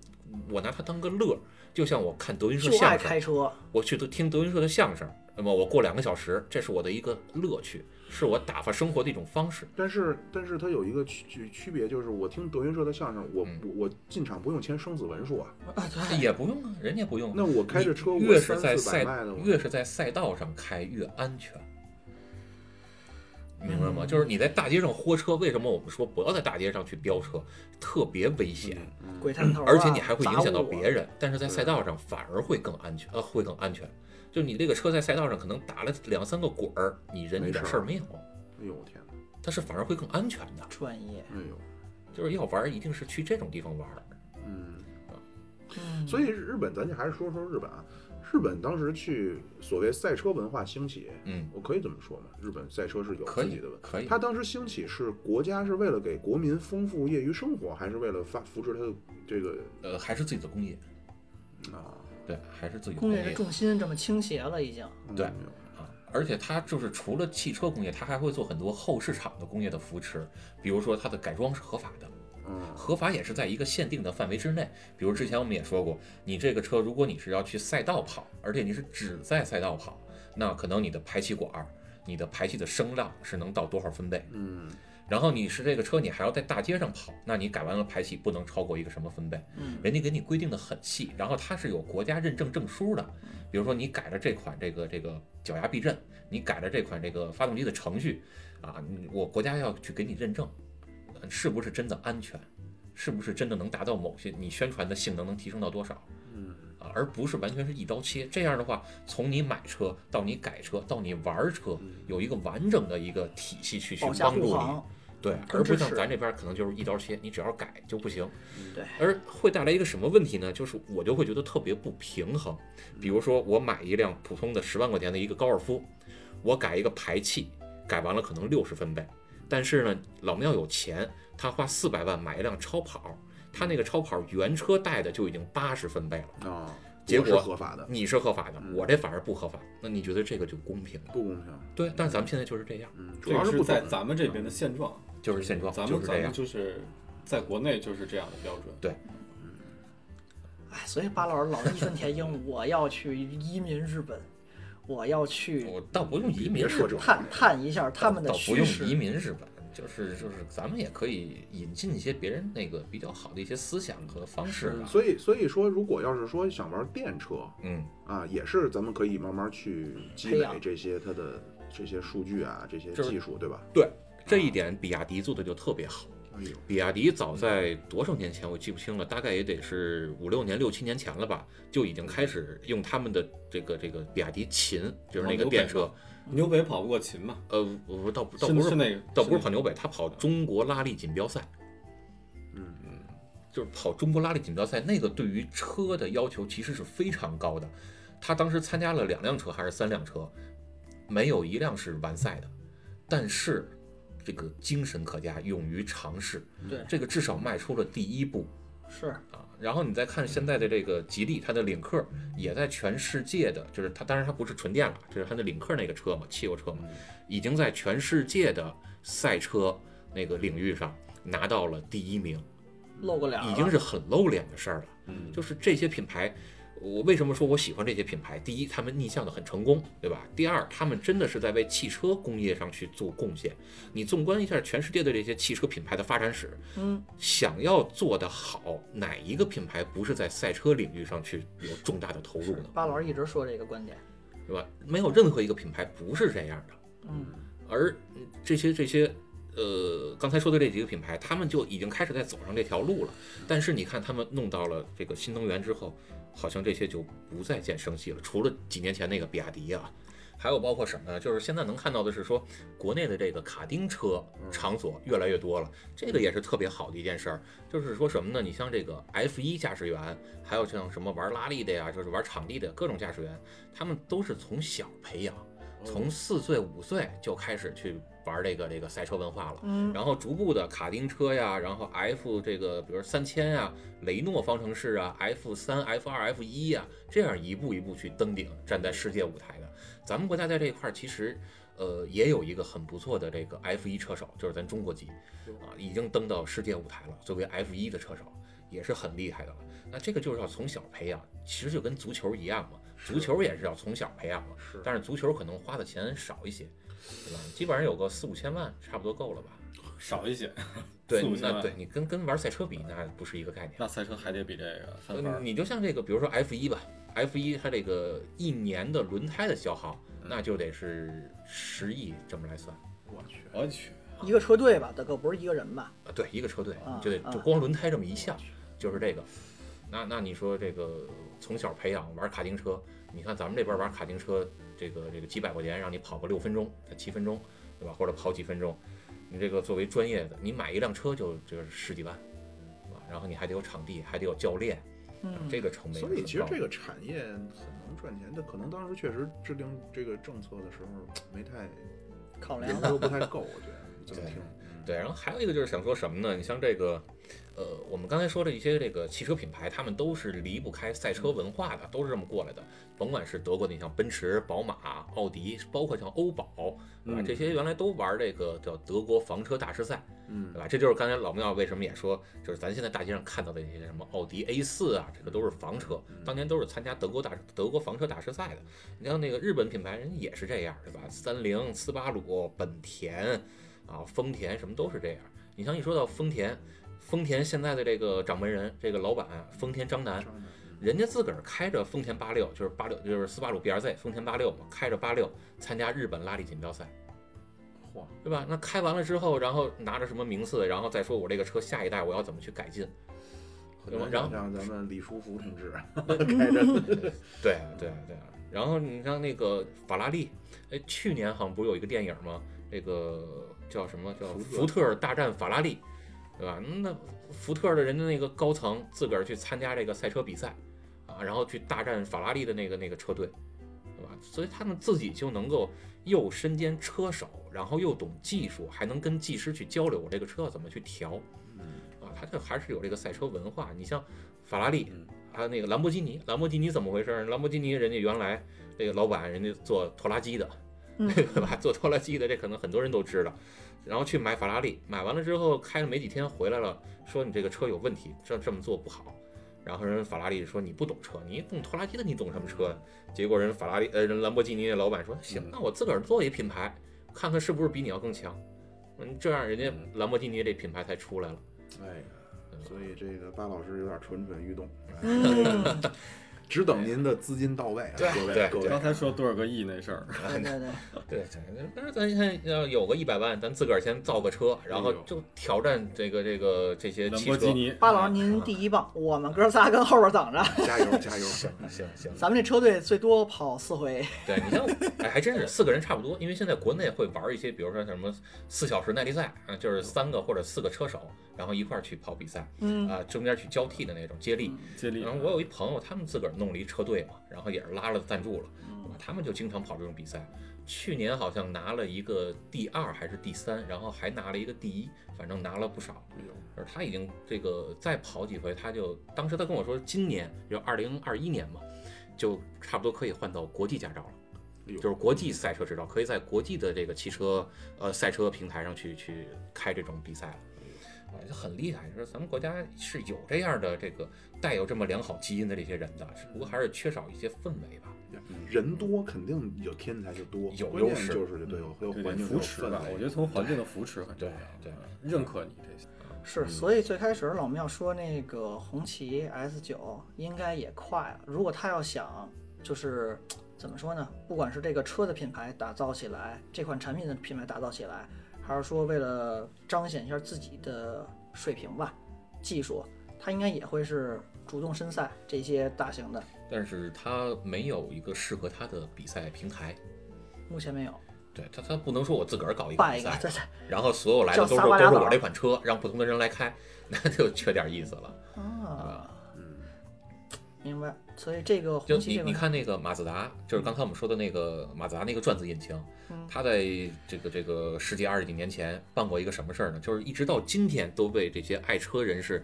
A: 我拿它当个乐儿，就像我看德云社
C: 就爱
A: 相声
C: 开，车，
A: 我去都听德云社的相声，那么我过两个小时，这是我的一个乐趣，是我打发生活的一种方式。
B: 但是但是它有一个区区区别，就是我听德云社的相声，我
A: 嗯
B: 我我进场不用签生死文书啊，
A: 也不用啊，人家不用啊。
B: 那我开着车
A: 你
B: 我
A: 越是
B: 三
A: 在
B: 四百
A: 赛
B: 迈的，我
A: 越是在赛道上开越安全，明白
B: 嗯
A: 吗？就是你在大街上豁车，为什么我们说不要在大街上去飙车，特别危险，
C: 鬼探
B: 嗯
C: 头啊，
A: 嗯而且你还会影响到
C: 杂物啊
A: 别人。但是在赛道上反而会更安全，呃，会更安全。就你这个车在赛道上可能打了两三个滚儿，你人
B: 没
A: 一点
B: 事
A: 事
B: 儿
A: 儿没有，
B: 哎呦我天哪！
A: 但是反而会更安全的。
C: 专业，
B: 哎呦，
A: 就是要玩儿，一定是去这种地方玩儿。
B: 嗯，
C: 嗯
B: 所以日本咱就还是说说日本啊，日本当时去所谓赛车文化兴起，
A: 嗯，
B: 我可以这么说吗？日本赛车是有
A: 可
B: 自
A: 以
B: 己的文，
A: 可以。
B: 它当时兴起是国家是为了给国民丰富业余生活，还是为了发扶持它的这个
A: 呃，还是自己的工业，
B: 啊？
A: 对，还是自己的
C: 嗯工
A: 工
C: 业的重心这么倾斜了，已经
A: 对
B: 嗯
A: 啊，而且它就是除了汽车工业，它还会做很多后市场的工业的扶持，比如说它的改装是合法的，
B: 嗯，
A: 合法也是在一个限定的范围之内。比如之前我们也说过，你这个车如果你是要去赛道跑，而且你是只在赛道跑，那可能你的排气管儿、你的排气的声浪是能到多少分贝？
B: 嗯，
A: 然后你是这个车，你还要在大街上跑，那你改完了排气不能超过一个什么分贝？
C: 嗯，
A: 人家给你规定的很细，然后它是有国家认证证书的。比如说你改了这款这个这个脚牙避震，你改了这款这个发动机的程序，啊，你我国家要去给你认证，呃是不是真的安全？是不是真的能达到某些你宣传的性能能提升到多少？
C: 嗯
A: 啊，而不是完全是一刀切。这样的话，从你买车到你改车到你玩车，有一个完整的一个体系去去
C: 嗯保驾
A: 帮
C: 护
A: 助你。
C: 航，
A: 对，
C: 更
A: 而不
C: 支
A: 像
C: 持
A: 咱这边可能就是一刀切，你只要改就不行。
C: 对，
A: 而会带来一个什么问题呢？就是我就会觉得特别不平衡。比如说，我买一辆普通的十万块钱的一个高尔夫，我改一个排气，改完了可能六十分贝，但是呢，老庙有钱，他花四百万买一辆超跑，他那个超跑原车带的就已经八十分贝了。
B: 啊，
A: 结
B: 我是
A: 果
B: 合法的，
A: 你是合法的，
B: 嗯
A: 我这反而不合法，那你觉得这个就公平吗？
B: 不公平。
A: 对，但是咱们现在就是这样，
B: 嗯，主
D: 这
B: 要
D: 个
B: 不
D: 在
B: 懂
D: 咱们这边的现状，
A: 就是现状，嗯
D: 咱
A: 哦就
D: 们
A: 是这
D: 咱们
A: 样。
D: 就是在国内就是这样的标准。
C: 哎，所以巴老师老义愤填膺，我要去移民日本，我要去
A: 我倒不用移民
B: 别
A: 日
B: 说
A: 本
B: 这，
C: 探探一下他们的
A: 倒不
C: 趋
A: 用
C: 势
A: 移。民日本，就是就是咱们也可以引进一些别人那个比较好的一些思想和方式啊吧。
B: 所以所以说，如果要是说想玩电车
A: 嗯，
B: 啊，也是咱们可以慢慢去积
C: 培
B: 累
C: 养
B: 这些它的这些数据啊，这些
A: 就是
B: 技术，对吧？
A: 这一点比亚迪做的就特别好。
B: 哎呦，
A: 比亚迪早在多少年前我记不清了，大概也得是五六年、六七年前了吧，就已经开始用他们的这个这个比亚迪秦，就是那个电车。
D: 牛北跑不过秦嘛？
A: 呃，我我倒不倒嗯
D: 是
A: 不
D: 是
A: 是
D: 那个，
A: 倒不是
D: 那
A: 跑牛北，他跑中国拉力锦标赛，
B: 嗯
A: 就是跑中国拉力锦标赛，那个对于车的要求其实是非常高的。他当时参加了两辆车还是三辆车，没有一辆是完赛的，但是这个精神可嘉，勇于尝试，
C: 对，
A: 这个至少迈出了第一步。
C: 是
A: 啊，然后你再看现在的这个吉利，它的领克也在全世界的，就是它，当然它不是纯电了，就是它的领克那个车嘛，汽油车嘛，已经在全世界的赛车那个领域上拿到了第一名，
C: 露过脸儿了，
A: 已经是很露脸的事儿了。
B: 嗯，
A: 就是这些品牌，我为什么说我喜欢这些品牌？第一，他们逆向的很成功，对吧？第二，他们真的是在为汽车工业上去做贡献。你纵观一下全世界的这些汽车品牌的发展史，
C: 嗯，
A: 想要做得好，哪一个品牌不是在赛车领域上去有重大的投入呢？
C: 巴老师一直说这个观点。
A: 是吧？没有任何一个品牌不是这样的。
C: 嗯，
A: 而嗯这些这些，呃，刚才说的这几个品牌，他们就已经开始在走上这条路了。但是你看，他们弄到了这个新能源之后，好像这些就不再见生息了。除了几年前那个比亚迪啊，还有包括什么呢？就是现在能看到的是说，国内的这个卡丁车场所越来越多了，这个也是特别好的一件事儿。就是说什么呢？你像这个 F 1驾驶员，还有像什么玩拉力的呀，就是玩场地的各种驾驶员，他们都是从小培养。从四岁五岁就开始去玩这个这个赛车文化了，
C: 嗯，
A: 然后逐步的卡丁车呀，然后 F 这个比如三千呀、雷诺方程式啊、F 三、F 二、F 一呀，这样一步一步去登顶，站在世界舞台的。咱们国家在这一块儿其实，呃，也有一个很不错的这个 F 一车手，就是咱中国籍啊，已经登到世界舞台了，作为 F 一的车手也是很厉害的了。那这个就是要从小培养，其实就跟足球一样嘛，足球也是要从小培养嘛。
B: 是
A: 但是足球可能花的钱少一些，对吧？基本上有个四五千万，差不多够了吧？
D: 少一些，
A: 对
D: 四五，千
A: 那
D: 万
A: 对你跟跟玩赛车比，那不是一个概念。
D: 那赛车还得比这个翻番
A: 呃
D: 儿。
A: 你就像这个，比如说 F 一吧，F 一它这个一年的轮胎的消耗，那就得是十亿这么来算
B: 我去，
D: 我去，
C: 一个车队吧，大哥不是一个人吧？
A: 啊。对，一个车队
C: 啊
A: 就得
C: 啊
A: 就光轮胎这么一项，就是这个。那那你说这个从小培养玩卡丁车，你看咱们这边玩卡丁车，这个这个几百块钱让你跑个六分钟、七分钟，对吧？或者跑几分钟，你这个作为专业的，你买一辆车就就是十几万，啊，然后你还得有场地，还得有教练，
C: 嗯，
A: 这个成本也
B: 所以
A: 很
B: 其实
A: 高
B: 这个产业很能赚钱，但可能当时确实制定这个政策的时候没太
C: 考量
B: 人
C: 的
B: 都不太够，我觉得这么听，
A: 对，然后还有一个就是想说什么呢？你像这个，呃，我们刚才说的一些这个汽车品牌，他们都是离不开赛车文化的，都是这么过来的。甭管是德国的，你像奔驰、宝马、奥迪，包括像欧宝，对吧？
D: 嗯
A: 这些原来都玩这个叫德国房车大师赛，
B: 嗯
A: 对，吧？这就是刚才老庙为什么也说，就是咱现在大街上看到的一些什么奥迪 A 四啊，这个都是房车，当年都是参加德国大德国房车大师赛的。你像那个日本品牌人也是这样，对吧？三菱、斯巴鲁、本田啊、丰田什么都是这样。你像一说到丰田，丰田现在的这个掌门人，这个老板丰田章男，人家自个儿开着丰田八六，就是八六就是斯巴鲁 BRZ 丰田八六嘛，开着八六参加日本拉力锦标赛。
B: 嚯，
A: 对吧？那开完了之后，然后拿着什么名次，然后再说我这个车下一代我要怎么去改进，
B: 很难
A: 然
B: 想
A: 后
B: 象咱们李书福同志 开着，
A: 对对对。然后你像那个法拉利，哎，去年好像不是有一个电影吗？那个叫什么叫
B: 福特
A: 福特大战法拉利，对吧？那福特的人家那个高层自个儿去参加这个赛车比赛啊，然后去大战法拉利的那个那个车队，对吧？所以他们自己就能够又身兼车手，然后又懂技术，还能跟技师去交流我
B: 嗯
A: 这个车要怎么去调。啊，它这还是有这个赛车文化。你像法拉利
D: 嗯，
A: 还有那个兰博基尼，兰博基尼怎么回事儿？兰博基尼人家原来这个老板人家做拖拉机的，
C: 嗯
A: 对吧？做拖拉机的这可能很多人都知道。然后去买法拉利，买完了之后开了没几天回来了，说你这个车有问题，这这么做不好。然后人法拉利说你不懂车，你懂拖拉机的，你懂什么车呀？结果人法拉利呃人兰博基尼那老板说行
D: 嗯，
A: 那我自个儿做一品牌，看看是不是比你要更强。嗯，这样人家
D: 嗯
A: 兰博基尼这品牌才出来了。
B: 哎呀，所以这个巴老师有点蠢蠢欲动，哎
C: 嗯，
B: 只等您的资金到位啊，各位
A: 对
B: 各
D: 刚
B: 位。
D: 才说多少个亿那事儿，
C: 对对 对，
A: 对，但是咱现在要有个一百万，咱自个儿先造个车，然后就挑战这个这个这些
D: 哎兰
A: 汽
D: 博基
A: 车。
D: 尼，啊
C: 巴老师您第一棒，我们哥仨跟后边等着。
B: 加油加油！
A: 行行行，
C: 咱们这车队最多跑四回，
A: 对你像，哎，还真是四个人差不多，因为现在国内会玩一些，比如说什么四小时耐力赛，啊，就是三个或者四个车手，然后一块儿去跑比赛，
C: 嗯，
A: 啊，中间去交替的那种接力。
D: 接力啊
A: 然，后我有一朋友，他们自个儿弄了一车队嘛，然后也是拉了赞助了，
D: 嗯
A: 他们就经常跑这种比赛。去年好像拿了一个第二还是第三，然后还拿了一个第一，反正拿了不少。
B: 哎
A: 而他已经这个再跑几回，他就当时他跟我说，今年就二零二一年嘛，就差不多可以换到国际驾照了。
B: 哎呦
A: 就是国际赛车执照，可以在国际的这个汽车呃赛车平台上去去开这种比赛了，
B: 嗯
A: 啊，就很厉害。就是咱们国家是有这样的这个带有这么良好基因的这些人的，只不过还是缺少一些氛围吧。
B: 人多肯定有天才就多，
A: 有
B: 关
A: 优
B: 键
A: 势
B: 就是对有有
D: 嗯对
B: 环境
D: 扶持吧，我觉得从环境的扶持很重要，
A: 对对
D: 认可你这些，
A: 嗯
C: 是，所以最开始老庙说那个红旗 S 九应该也快了，如果他要想就是怎么说呢，不管是这个车的品牌打造起来，这款产品的品牌打造起来，还是说为了彰显一下自己的水平吧，技术，他应该也会是主动参赛这些大型的，
A: 但是他没有一个适合他的比赛平台，
C: 目前没有。
A: 对他他不能说我自个儿搞一
C: 办
A: 个
C: 一
A: 比
C: 个，
A: 赛
C: 对，对，
A: 然后所有来的都
C: 叫
A: 是
C: 仨瓜
A: 都
C: 俩
A: 是
C: 枣
A: 我这款车，让不同的人来开，那就缺点意思了。
C: 啊，
B: 嗯，
C: 明白。所以这个
A: 就
C: 红旗
A: 你
C: 这
A: 你
C: 个，
A: 看那个马自达，就是刚才我们说的那个马自达那个转子引擎
C: 嗯，
A: 它在这个这个十几二十几年前办过一个什么事儿呢？就是一直到今天都被这些爱车人士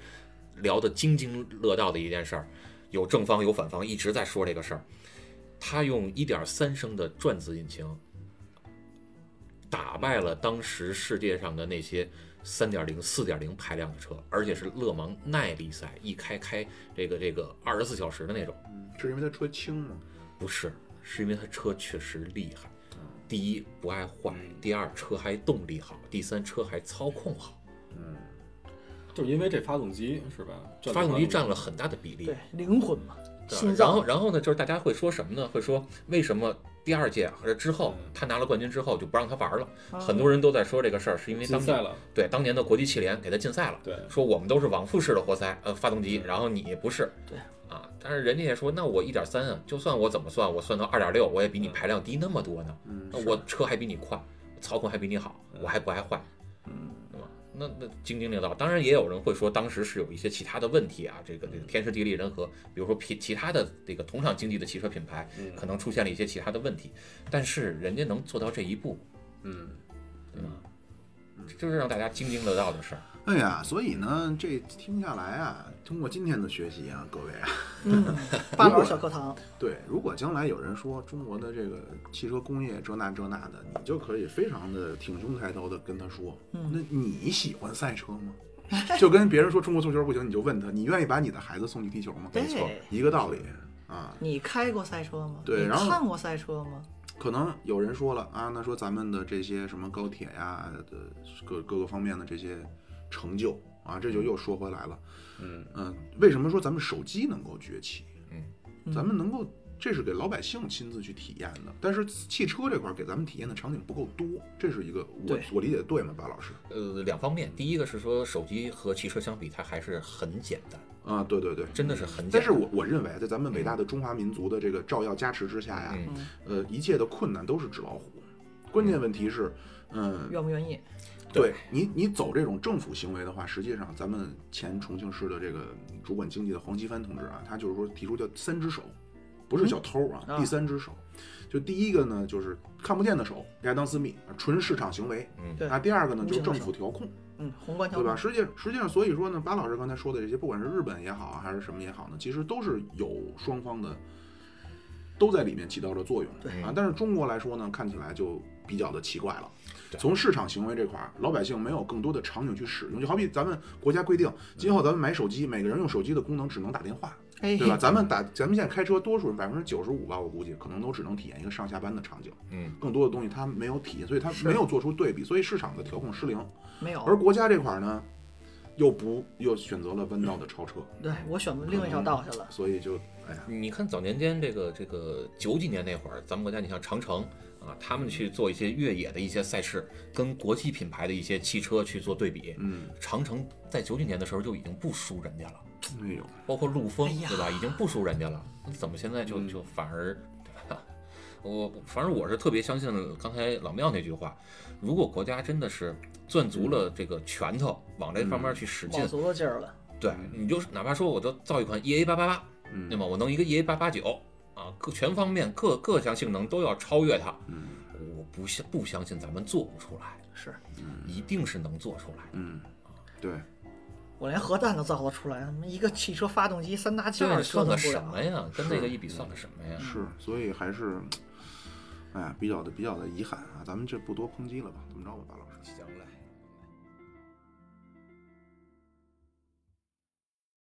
A: 聊得津津乐道的一件事儿，有正方有反方一直在说这个事儿。他用一点三升的转子引擎打败了当时世界上的那些三点零、四点零排量的车，而且是勒芒耐力赛，一开开这个这个二十四小时的那种。
B: 是因为它车轻吗？
A: 不是，是因为他车确实厉害。第一不爱坏，第二车还动力好，第三车还操控好，
B: 嗯，
D: 就是因为这发动机是吧？转
A: 发
D: 动
A: 动机占了很大的比例
C: 对。灵魂嘛，
A: 对
C: 心
A: 然
C: 脏
A: 后，然后呢，就是大家会说什么呢？会说为什么第二届或者之后
D: 嗯
A: 他拿了冠军之后就不让他玩了？
C: 哦
A: 很多人都在说这个事儿，是因为
D: 禁
A: 当
D: 赛
A: 年
D: 了，
A: 对当年的国际汽联给他禁赛了。
D: 对，
A: 说我们都是往复式的活塞，呃，发动
D: 嗯
A: 机，然后你不是，
C: 对
A: 啊，但是人家也说，那我一点三啊，就算我怎么算，我算到二点六，我也比你
D: 嗯
A: 排量低那么多呢，
B: 嗯
A: 那我车还比你快，操控还比你好，
D: 嗯
A: 我还不爱坏，嗯，对吧？那那津津乐道，当然也有人会说，当时是有一些其他的问题啊，这个
D: 嗯
A: 这个天时地利人和，比如说其其他的这个同场经济的汽车品牌
D: 嗯
A: 可能出现了一些其他的问题，但是人家能做到这一步，
D: 嗯，
A: 对吧？这就是让大家津津乐道的事儿。
B: 哎呀，所以呢，这听下来啊，通过今天的学习啊，各位啊，
C: 嗯， 八宝小课堂，
B: 对，如果将来有人说中国的这个汽车工业这那这那的，你就可以非常的挺胸抬头的跟他说，
C: 嗯
B: 那你喜欢赛车 吗？就跟别人说中国足球不行，你就问他，你愿意把你的孩子送去踢球吗？
C: 对没错
B: 一个道理啊。
C: 你开过赛车吗？
B: 对
C: 你
B: 然后
C: 看过赛车吗？
B: 可能有人说了啊，那说咱们的这些什么高铁呀的各各个方面的这些成就啊，这就又说回来了。
D: 嗯
B: 嗯，为什么说咱们手机能够崛起？
C: 嗯
B: 咱们能够，这是给老百姓亲自去体验的。但是汽车这块儿给咱们体验的场景不够多，这是一个我
C: 对
B: 我理解对吗，巴老师？
A: 呃，两方面，第一个是说手机和汽车相比，它还是很简单，
B: 啊，对对对。
A: 真的是很简单。
B: 嗯但是我我认为，啊在咱们伟大的中华民族的这个照耀加持之下呀，
A: 嗯，
B: 呃，一切的困难都是纸老虎。关键问题是，嗯，
C: 愿不愿意？
B: 对你，你走这种政府行为的话，实际上咱们前重庆市的这个主管经济的黄奇帆同志啊，他就是说提出叫三只手，不是叫偷啊，
C: 嗯啊
B: 第三只手。就第一个呢，就是看不见的手，亚当斯密，纯市场行为；
A: 嗯
C: 对
B: 那第二个呢，
C: 无
B: 就是
C: 形的
B: 政府调控，
C: 嗯，宏观调
B: 对吧？
C: 整，
B: 实际实际上，所以说呢，巴老师刚才说的这些，不管是日本也好啊，还是什么也好呢，其实都是有双方的都在里面起到着作用
C: 对
B: 啊。但是中国来说呢，看起来就比较的奇怪了。
A: 对
B: 从市场行为这块儿，老百姓没有更多的场景去使用，就好比咱们国家规定，今后咱们买手机，每个人用手机的功能只能打电话，
C: 哎，
B: 对吧？咱们打，咱们现在开车，多数人百分之九十五吧，我估计可能都只能体验一个上下班的场景，
A: 嗯，
B: 更多的东西它没有体验，所以它
C: 是
B: 没有做出对比，所以市场的调控失灵。
C: 没有，
B: 而国家这块儿呢，又不又选择了弯道的超车，
C: 对我选另一条道去了，
B: 所以就哎呀，
A: 你看早年间这个这个九几年那会儿，咱们国家你像长城啊，他们
B: 嗯
A: 去做一些越野的一些赛事，跟国际品牌的一些汽车去做对比，
B: 嗯，
A: 长城在九几年的时候就已经不输人家了，
B: 哎呦，
A: 包括陆风
C: 哎呀
A: 对吧，已经不输人家了，那怎么现在就
B: 嗯
A: 就反而对吧？我反正我是特别相信刚才老庙那句话，如果国家真的是攥足
B: 嗯
A: 了这个拳头往这方面去使劲
C: 卯，足了劲儿了，
A: 对，你就是哪怕说我就造一款 EA 八八八，
B: 嗯
A: 那么我弄一个 EA 八八九啊，各全方面各各项性能都要超越它，
B: 嗯
A: 我不相不相信咱们做不出来，
C: 是
A: 一定是能做出来的。
B: 嗯，对，
C: 我连核弹都造得出来，他妈一个汽车发动机三大件
A: 这
C: 儿
A: 算
C: 折
A: 个
C: 腾不
A: 什么
C: 了，
A: 呀？跟那个一比，算个什么呀？
B: 是，所以还是，哎呀，比较的比较的遗憾啊，咱们这不多抨击了吧，怎么着吧，巴老师。
A: 行嘞。